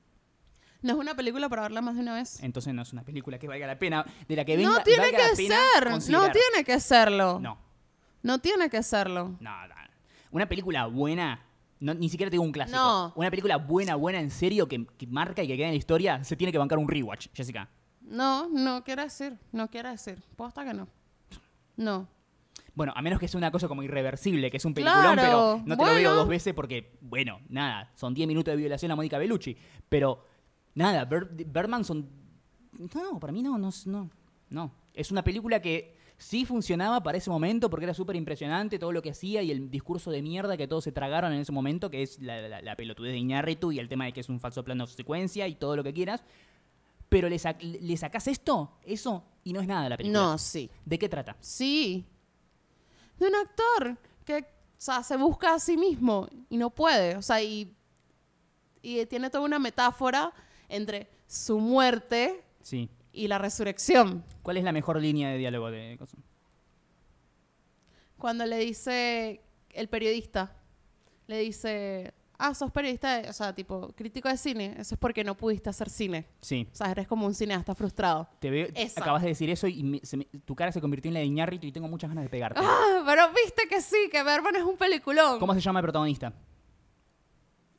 B: No es una película para verla más de una vez.
A: Entonces no es una película que valga la pena, de la Eh, que venga,
B: No tiene
A: valga
B: que
A: la pena
B: ser. No
A: considerar.
B: tiene que serlo.
A: No,
B: No tiene que serlo.
A: no, no. Una película buena, no, ni siquiera te digo un clásico.
B: No.
A: Una película buena, buena, en serio, que, que marca y que queda en la historia, se tiene que bancar un rewatch, Jessica.
B: No, no quiere decir. No quiere decir. Posta que no. No.
A: Bueno, a menos que sea una cosa como irreversible, que es un peliculón,
B: Claro,
A: pero no te lo
B: bueno.
A: veo dos veces porque, bueno, nada, son 10 minutos de violación a Mónica Bellucci. Pero, nada, Ber- Berman son... No, para mí no, no, es- no, no. Es una película que sí funcionaba para ese momento porque era súper impresionante todo lo que hacía y el discurso de mierda que todos se tragaron en ese momento, que es la, la- la pelotudez de Iñárritu y el tema de que es un falso plano secuencia y todo lo que quieras. Pero le, sac- le sacás esto, eso, y no es nada la película.
B: No, sí.
A: ¿De qué trata?
B: Sí. De un actor que o sea, se busca a sí mismo y no puede. O sea, y, y tiene toda una metáfora entre su muerte
A: Sí.
B: y la resurrección.
A: ¿Cuál es la mejor línea de diálogo de Coso?
B: Cuando le dice el periodista, le dice, ah, sos periodista, de- o sea, tipo, crítico de cine, eso es porque no pudiste hacer cine.
A: Sí.
B: O sea, eres como un cineasta frustrado.
A: Te veo,
B: Esa.
A: acabas de decir eso y me- se me- tu cara se convirtió en la de Iñárritu y tengo muchas ganas de pegarte.
B: Ah, pero viste que sí, que Berman es un peliculón.
A: ¿Cómo se llama el protagonista?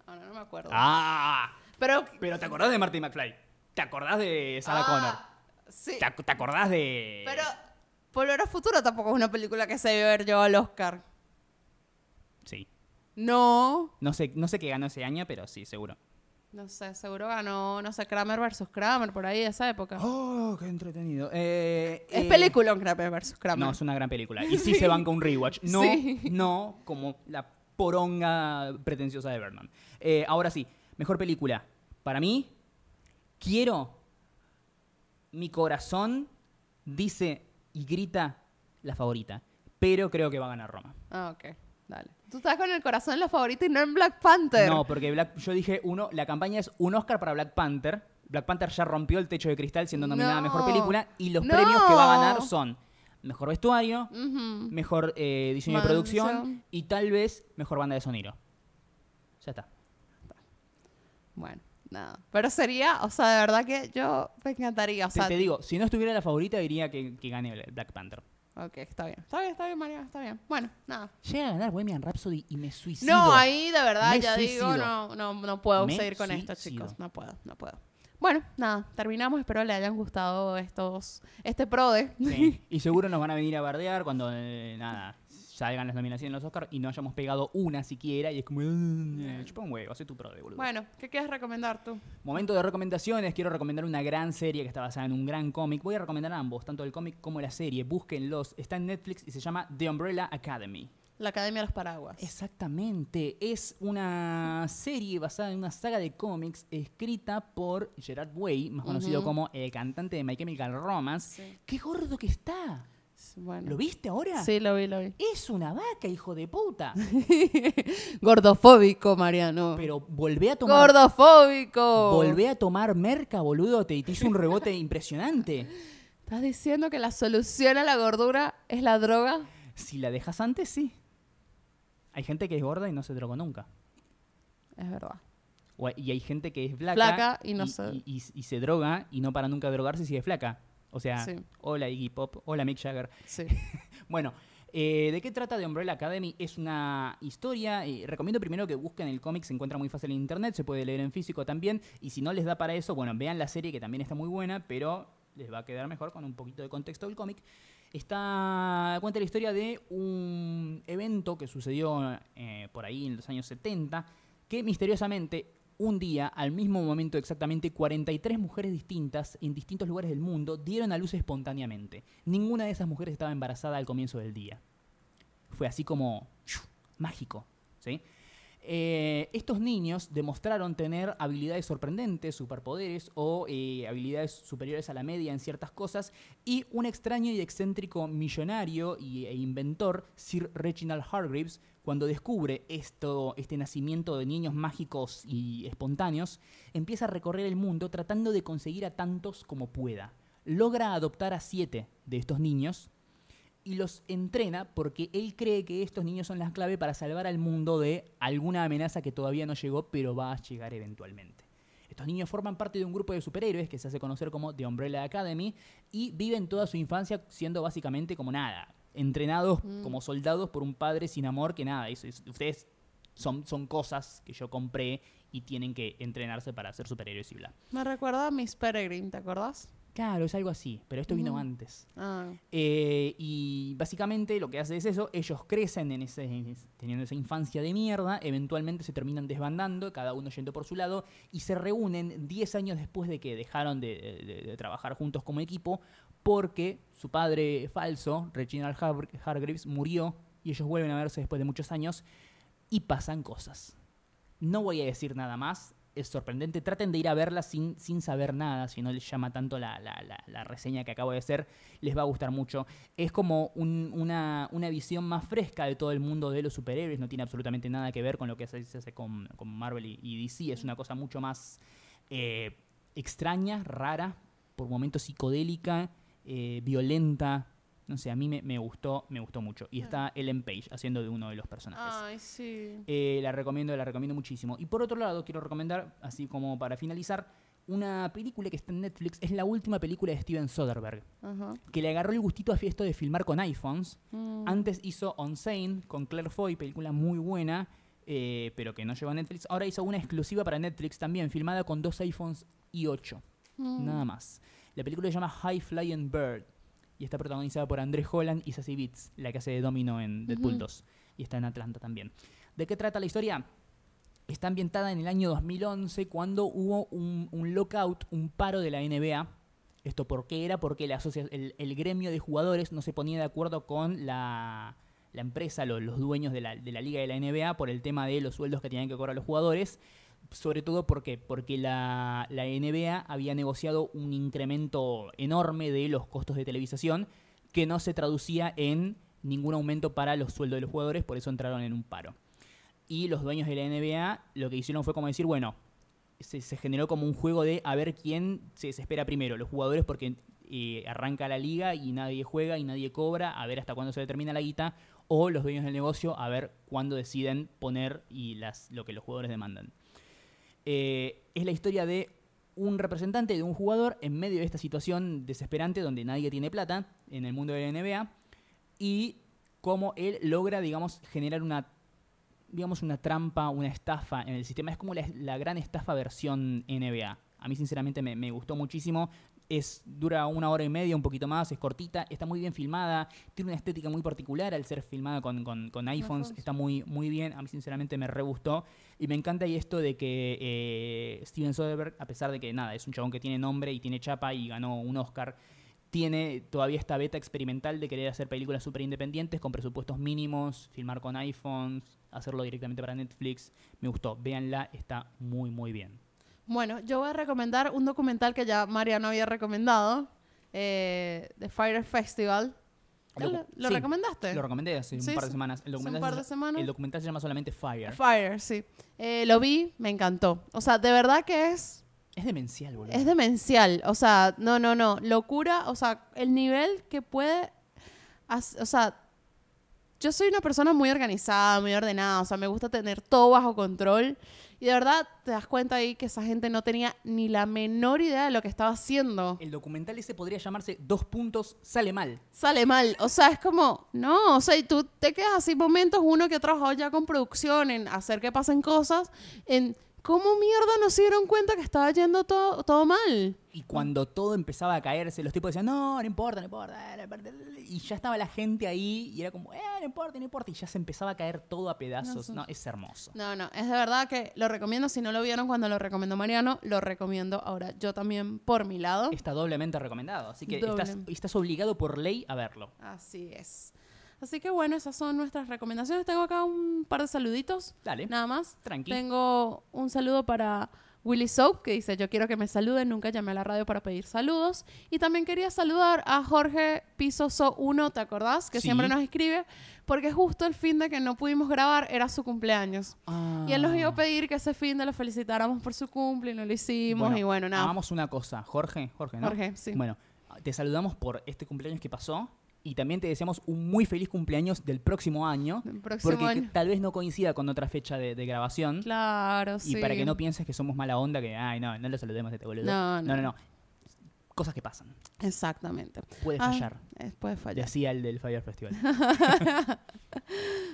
B: Ahora no me acuerdo.
A: Ah,
B: Pero,
A: pero te acordás de Marty McFly. Te acordás de Sarah
B: Ah, Sí.
A: Connor. Te, ac- te acordás de
B: Pero Volver a Futuro tampoco es una película que se debe ver yo al Oscar.
A: Sí.
B: No.
A: No sé no sé qué ganó ese año, pero sí, seguro.
B: No sé, seguro ganó, no sé, Kramer versus Kramer, por ahí de esa época.
A: Oh, qué entretenido. Eh,
B: es
A: eh,
B: película Kramer versus Kramer.
A: No, es una gran película. Y sí se banca un rewatch. No,
B: Sí.
A: no como la poronga pretenciosa de Berman. Eh, ahora sí, mejor película. Para mí, quiero. Mi corazón dice y grita la favorita. Pero creo que va a ganar Roma.
B: Ah, ok. Dale. Tú estás con el corazón en la favorita y no en Black Panther.
A: No, porque Black- yo dije uno, la campaña es un Oscar para Black Panther. Black Panther ya rompió el techo de cristal siendo nominada a mejor
B: No.
A: película. Y los
B: No.
A: premios que va a ganar son mejor vestuario,
B: Ujú.
A: mejor eh, diseño de
B: Banda de
A: producción
B: sonido.
A: y tal vez mejor banda de sonido. Ya está.
B: Bueno, nada. Pero sería, o sea, de verdad que yo me encantaría. O
A: Te,
B: sea,
A: te digo, si no estuviera la favorita diría que, que gane el Black Panther.
B: Ok, está bien. Está bien, está bien, María, está bien. Bueno, nada.
A: Llega a ganar Bohemian Rhapsody y me suicido.
B: No, ahí de verdad
A: Me
B: ya
A: suicido.
B: digo, no, no, no puedo
A: Me
B: seguir con esto,
A: suicido.
B: chicos. No puedo, no puedo. Bueno, nada, terminamos. Espero le hayan gustado estos, este prode.
A: Sí, Y seguro nos van a venir a bardear cuando, eh, nada, salgan las nominaciones en los Oscars y no hayamos pegado una siquiera y es como, "Eh, chupa un huevo, hace tu pro de boludo.
B: Bueno, ¿qué quieres recomendar tú?
A: Momento de recomendaciones. Quiero recomendar una gran serie que está basada en un gran cómic. Voy a recomendar ambos, tanto el cómic como la serie. Búsquenlos. Está en Netflix y se llama The Umbrella Academy.
B: La Academia de los Paraguas.
A: Exactamente. Es una serie basada en una saga de cómics escrita por Gerard Way, más conocido como el cantante de My Chemical Romance.
B: Sí.
A: ¡Qué gordo que está!
B: Bueno.
A: ¿Lo viste ahora?
B: Sí, lo vi, lo vi.
A: Es una vaca, hijo de puta.
B: Gordofóbico, Mariano.
A: Pero volvé a tomar.
B: Gordofóbico.
A: Volvé a tomar merca, boludo. Te, te hizo un rebote impresionante.
B: ¿Estás diciendo que la solución a la gordura es la droga?
A: Si la dejas antes, sí. Hay gente que es gorda y no se drogó nunca.
B: Es verdad.
A: O hay- y hay gente que es flaca,
B: Flaca y no se-
A: y- y- y se droga y no para nunca drogarse y sigue flaca. O sea,
B: Sí.
A: hola Iggy Pop, hola Mick Jagger.
B: Sí.
A: Bueno, eh, ¿de qué trata The Umbrella Academy? Es una historia. eh, recomiendo primero que busquen el cómic, se encuentra muy fácil en internet, se puede leer en físico también. Y si no les da para eso, bueno, vean la serie que también está muy buena, pero les va a quedar mejor con un poquito de contexto del cómic. Está, cuenta la historia de un evento que sucedió eh, por ahí en los años 70, que misteriosamente un día, al mismo momento exactamente, 43 mujeres distintas en distintos lugares del mundo dieron a luz espontáneamente. Ninguna de esas mujeres estaba embarazada al comienzo del día. Fue así como ¡shu! mágico. ¿sí? Eh, estos niños demostraron tener habilidades sorprendentes, superpoderes o eh, habilidades superiores a la media en ciertas cosas y un extraño y excéntrico millonario y- e inventor, Sir Reginald Hargreaves, cuando descubre esto, este nacimiento de niños mágicos y espontáneos, empieza a recorrer el mundo tratando de conseguir a tantos como pueda. Logra adoptar a siete de estos niños y los entrena porque él cree que estos niños son la clave para salvar al mundo de alguna amenaza que todavía no llegó, pero va a llegar eventualmente. Estos niños forman parte de un grupo de superhéroes que se hace conocer como The Umbrella Academy y viven toda su infancia siendo básicamente como nada, entrenados como soldados por un padre sin amor que nada. eso es- ustedes son, son cosas que yo compré y tienen que entrenarse para ser superhéroes y bla.
B: Me recuerda a Miss Peregrine, ¿te acordás?
A: Claro, es algo así, pero esto vino
B: Ujú.
A: antes.
B: Ah,
A: Eh, y básicamente lo que hace es eso, ellos crecen en ese, teniendo esa infancia de mierda, eventualmente se terminan desbandando, cada uno yendo por su lado, y se reúnen 10 años después de que dejaron de, de- de trabajar juntos como equipo, porque su padre falso, Reginald Har- Hargreaves, murió y ellos vuelven a verse después de muchos años y pasan cosas. No voy a decir nada más. Es sorprendente. Traten de ir a verla sin, sin saber nada. Si no les llama tanto la, la- la- la reseña que acabo de hacer, les va a gustar mucho. Es como un- una, una visión más fresca de todo el mundo de los superhéroes. No tiene absolutamente nada que ver con lo que se se hace con, con Marvel y, y DC. Es una cosa mucho más eh, extraña, rara, por momentos psicodélica, eh, violenta. No sé, a mí me, me gustó, me gustó mucho. Y está Ellen Page haciendo de uno de los personajes.
B: Ay, sí.
A: Eh, la recomiendo, la recomiendo muchísimo. Y por otro lado, quiero recomendar, así como para finalizar, una película que está en Netflix. Es la última película de Steven Soderbergh,
B: Ajá.
A: que le agarró el gustito a esto de filmar con iPhones.
B: Mm.
A: Antes hizo On Sane con Claire Foy, película muy buena, eh, pero que no llegó a Netflix. Ahora hizo una exclusiva para Netflix también, filmada con dos iPhones y 8.
B: Mm.
A: Nada más. La película se llama High Flying Bird y está protagonizada por André Holland y Sassy Beats, la que hace de Domino en Deadpool
B: Ujú.
A: 2 y está en Atlanta también. ¿De qué trata la historia? Está ambientada en el año 2011 cuando hubo un, un lockout, un paro de la NBA. ¿Esto por qué era? Porque la asocia- el, el gremio de jugadores no se ponía de acuerdo con la, la empresa, lo- los, dueños de la, de la liga de la NBA por el tema de los sueldos que tenían que cobrar los jugadores. Sobre todo ¿por qué? porque la, la NBA había negociado un incremento enorme de los costos de televisación que no se traducía en ningún aumento para los sueldos de los jugadores, por eso entraron en un paro. Y los dueños de la NBA lo que hicieron fue como decir, bueno, se, se generó como un juego de a ver quién se desespera primero, los jugadores porque eh, arranca la liga y nadie juega y nadie cobra, a ver hasta cuándo se determina la guita, o los dueños del negocio a ver cuándo deciden poner y las, lo que los jugadores demandan. Eh, es la historia de un representante de un jugador en medio de esta situación desesperante donde nadie tiene plata en el mundo de la NBA y cómo él logra, digamos, generar una digamos, una trampa, una estafa en el sistema. Es como la, la gran estafa versión NBA. A mí, sinceramente, me, me gustó muchísimo. Es, dura una hora y media, un poquito más, es cortita, está muy bien filmada, tiene una estética muy particular al ser filmada con, con- con iPhones,
B: iPhones.
A: está muy, muy bien, a mí sinceramente me re gustó y me encanta y esto de que eh, Steven Soderbergh, a pesar de que nada, es un chabón que tiene nombre y tiene chapa y ganó un Oscar, tiene todavía esta beta experimental de querer hacer películas súper independientes con presupuestos mínimos, filmar con iPhones, hacerlo directamente para Netflix. Me gustó, véanla, está muy, muy bien.
B: Bueno, yo voy a recomendar un documental que ya Mariano había recomendado, eh, The Fire Festival. ¿Lo, lo, lo
A: sí,
B: recomendaste?
A: Lo recomendé hace
B: Sí,
A: un par de
B: sí.
A: semanas. El
B: Hace un
A: documental,
B: par
A: se-
B: de semanas.
A: el documental se llama solamente Fire.
B: Fire, sí. Eh, lo vi, me encantó. O sea, de verdad que es,
A: es demencial, boludo.
B: es demencial. O sea, no, no, no. Locura, o sea, el nivel que puede... hac- O sea, yo soy una persona muy organizada, muy ordenada. O sea, me gusta tener todo bajo control. Y de verdad te das cuenta ahí que esa gente no tenía ni la menor idea de lo que estaba haciendo.
A: El documental ese podría llamarse Dos puntos sale mal.
B: sale mal. O sea, es como, no, o sea, y tú te quedas así momentos, uno que ha trabajado ya con producción, en hacer que pasen cosas, en cómo mierda no se dieron cuenta que estaba yendo todo, todo mal.
A: Y cuando todo empezaba a caerse, los tipos decían, no, no importa, no importa. no importa", Y ya estaba la gente ahí y era como, eh, no importa, no importa. Y ya se empezaba a caer todo a pedazos. No, es hermoso.
B: No, no, es de verdad que lo recomiendo. Si no lo vieron cuando lo recomendó Mariano, lo recomiendo ahora yo también por mi lado.
A: Está doblemente recomendado. Así que estás,
B: Oh. Doble.
A: estás obligado por ley a verlo.
B: Así es. Así que bueno, esas son nuestras recomendaciones. Tengo acá un par de saluditos.
A: Dale.
B: Nada más.
A: Tranqui.
B: Tengo un saludo para Willy Soap, que dice, yo quiero que me saluden, nunca llamé a la radio para pedir saludos. Y también quería saludar a Jorge Pisoso 1, ¿te acordás? Que
A: Sí.
B: siempre nos escribe, porque justo el fin de que no pudimos grabar era su cumpleaños. Y él nos
A: Ah.
B: iba a pedir que ese fin de lo felicitáramos por su cumple y no lo hicimos. y bueno, nada.
A: Hagamos una cosa, Jorge, Jorge, ¿no?
B: Jorge, sí.
A: Bueno, te saludamos por este cumpleaños que pasó y también te deseamos un muy feliz cumpleaños del próximo año.
B: El próximo
A: porque
B: año.
A: tal vez no coincida con otra fecha de, de grabación.
B: Claro, sí.
A: Y para que no pienses que somos mala onda, que, ay, no, no lo saludemos a este boludo.
B: No, no.
A: no, Cosas que pasan.
B: Exactamente.
A: Puede
B: Ah,
A: fallar.
B: eh, puede fallar.
A: Decía el del Fire Festival.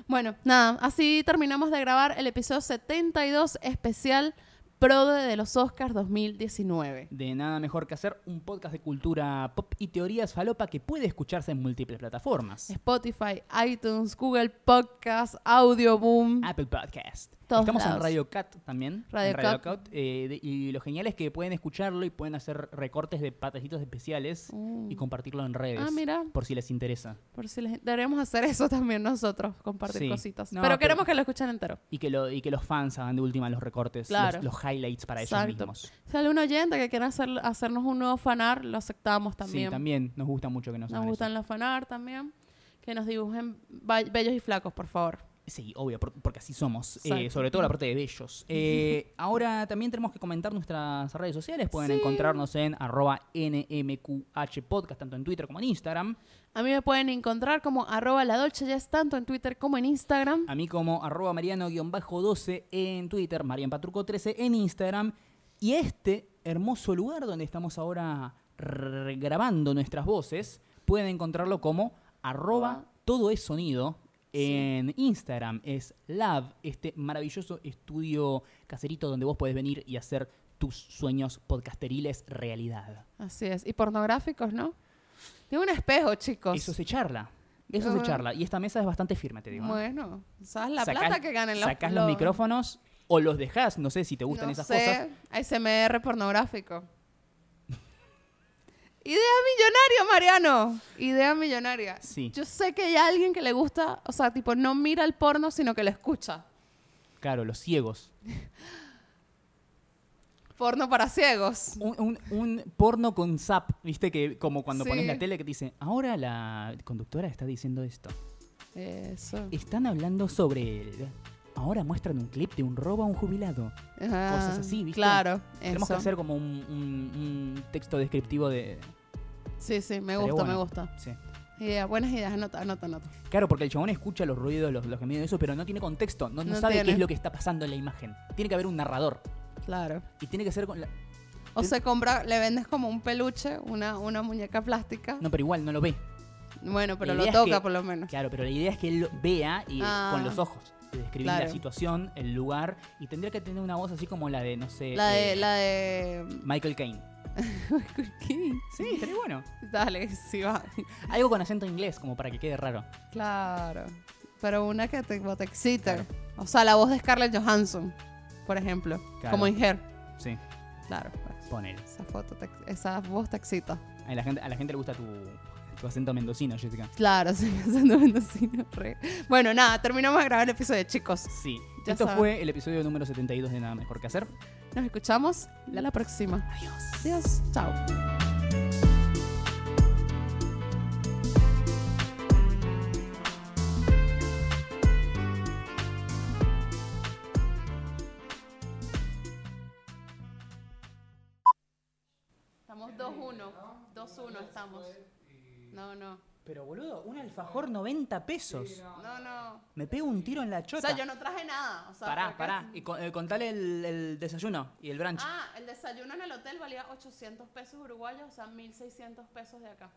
B: Bueno, nada, así terminamos de grabar el episodio 72 especial Prode de los Oscars 2019.
A: De nada mejor que hacer un podcast de cultura pop y teorías falopa que puede escucharse en múltiples plataformas.
B: Spotify, iTunes, Google Podcast, Audio Boom.
A: Apple Podcast.
B: Todos
A: Estamos en
B: lados.
A: Radio Cat también.
B: Radio
A: en Radio
B: Cat.
A: Cat, eh, de- y lo genial es que pueden escucharlo y pueden hacer recortes de patecitos especiales
B: Mm.
A: y compartirlo en redes.
B: Ah, mira.
A: Por si les interesa.
B: Por si les... Deberíamos hacer eso también nosotros, compartir
A: Sí.
B: cositas.
A: No,
B: pero
A: pero-
B: queremos que lo escuchen entero.
A: Y que, lo, y que los fans hagan de última los recortes,
B: Claro.
A: los, los highlights para
B: Exacto.
A: ellos mismos.
B: Si hay algún oyente que quiera hacer, hacernos un nuevo fanar, lo aceptamos también.
A: Sí, también. Nos gusta mucho que nos,
B: Nos
A: hagan
B: gustan
A: eso.
B: los fanar también. Que nos dibujen ba- bellos y flacos, por favor.
A: Sí, obvio, por- porque así somos. Eh,
B: Exacto.
A: sobre todo la parte de bellos. Eh, ahora también tenemos que comentar nuestras redes sociales. Pueden encontrarnos en arroba NMQH Podcast, tanto en Twitter como en Instagram.
B: A mí me pueden encontrar como arroba la dolce jazz tanto en Twitter como en Instagram.
A: A mí como arroba mariano-12 en Twitter, marianpatruco13 en Instagram. Y este hermoso lugar donde estamos ahora r- grabando nuestras voces, pueden encontrarlo como arroba todo es sonido en Instagram. Es Lab, este maravilloso estudio caserito donde vos podés venir y hacer tus sueños podcasteriles realidad.
B: Así es. Y pornográficos, ¿no? Tiene un espejo, chicos.
A: Eso se charla. Eso
B: Ah.
A: se charla. Y esta mesa es bastante firme, te digo. ¿eh?
B: Bueno, ¿sabes la
A: Sacás-
B: plata que ganan los
A: Sacás los micrófonos o los dejás, no sé si te gustan
B: no
A: esas cosas.
B: sé, ASMR pornográfico. Idea millonaria, Mariano. Idea millonaria.
A: Sí.
B: Yo sé que hay alguien que le gusta, o sea, tipo, no mira el porno, sino que lo escucha.
A: Claro, los ciegos.
B: Porno para ciegos.
A: Un, un- un porno con zap, viste que como cuando
B: Sí.
A: pones la tele que te dice, ahora la conductora está diciendo esto.
B: Eso.
A: Están hablando sobre él. Ahora muestran un clip de un robo a un jubilado.
B: Ajá.
A: Cosas así, ¿viste?
B: Ah, Claro,
A: Tenemos
B: eso.
A: que hacer como un, un- un texto descriptivo de...
B: Sí, sí, me
A: Estaría
B: gusta, me
A: bueno.
B: gusta.
A: Sí.
B: Idea, buenas ideas, anota, anota, anota.
A: Claro, porque el chabón escucha los ruidos, los, los gemidos, y eso, pero no tiene contexto, no, no
B: No
A: sabe qué
B: tiene.
A: es lo que está pasando en la imagen. Tiene que haber un narrador.
B: Claro.
A: Y tiene que ser con la-
B: O
A: Ten-
B: se compra, le vendes como un peluche, una, una muñeca plástica.
A: No, pero igual no lo ve.
B: Bueno, pero
A: La
B: lo
A: idea es
B: toca
A: que-
B: por lo menos.
A: Claro, pero la idea es que él lo vea y,
B: Ah.
A: con los ojos. y Describir la
B: Claro.
A: situación, el lugar. Y tendría que tener una voz así como la de, no sé.
B: La de,
A: eh,
B: la de.
A: Michael Caine.
B: ¿Qué?
A: Sí, estaría bueno.
B: Dale, sí va.
A: Algo con acento inglés, como para que quede raro.
B: Claro. Pero una que te, te excita. O sea, la voz de Scarlett Johansson, por ejemplo.
A: Claro.
B: Como en Her.
A: Sí,
B: Claro, pues.
A: poner.
B: Esa foto, te- esa voz te excita.
A: A la gente, a la gente le gusta tu, tu acento mendocino, Jessica.
B: Claro, sí, pensando en vecino, re. Bueno, nada, terminamos de grabar el episodio, chicos.
A: Sí.
B: Ya
A: Esto
B: saben.
A: fue el episodio número 72 de Nada Mejor que Hacer.
B: Nos escuchamos la, la próxima.
A: Adiós.
B: Adiós. Chao. 2-1 estamos. No, no.
A: Pero boludo, un alfajor 90 pesos.
B: No, no.
A: Me pego un tiro en la
B: O
A: chota.
B: sea, yo no traje nada. O sea,
A: Pará,
B: fue
A: pará.
B: casi-
A: Y con- eh, contale el, el desayuno y el brunch.
B: Ah, el desayuno en el hotel valía 800 pesos uruguayos, o sea, 1600 pesos de acá.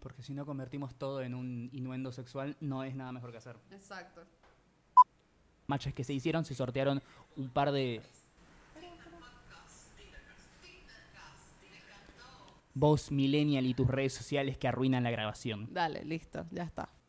A: Porque si no convertimos todo en un innuendo sexual, no es nada mejor que hacer.
B: Exacto.
A: Matches que se hicieron, se sortearon un par de. Vos, Millennial, y tus redes sociales que arruinan la grabación.
B: Dale, listo, ya está.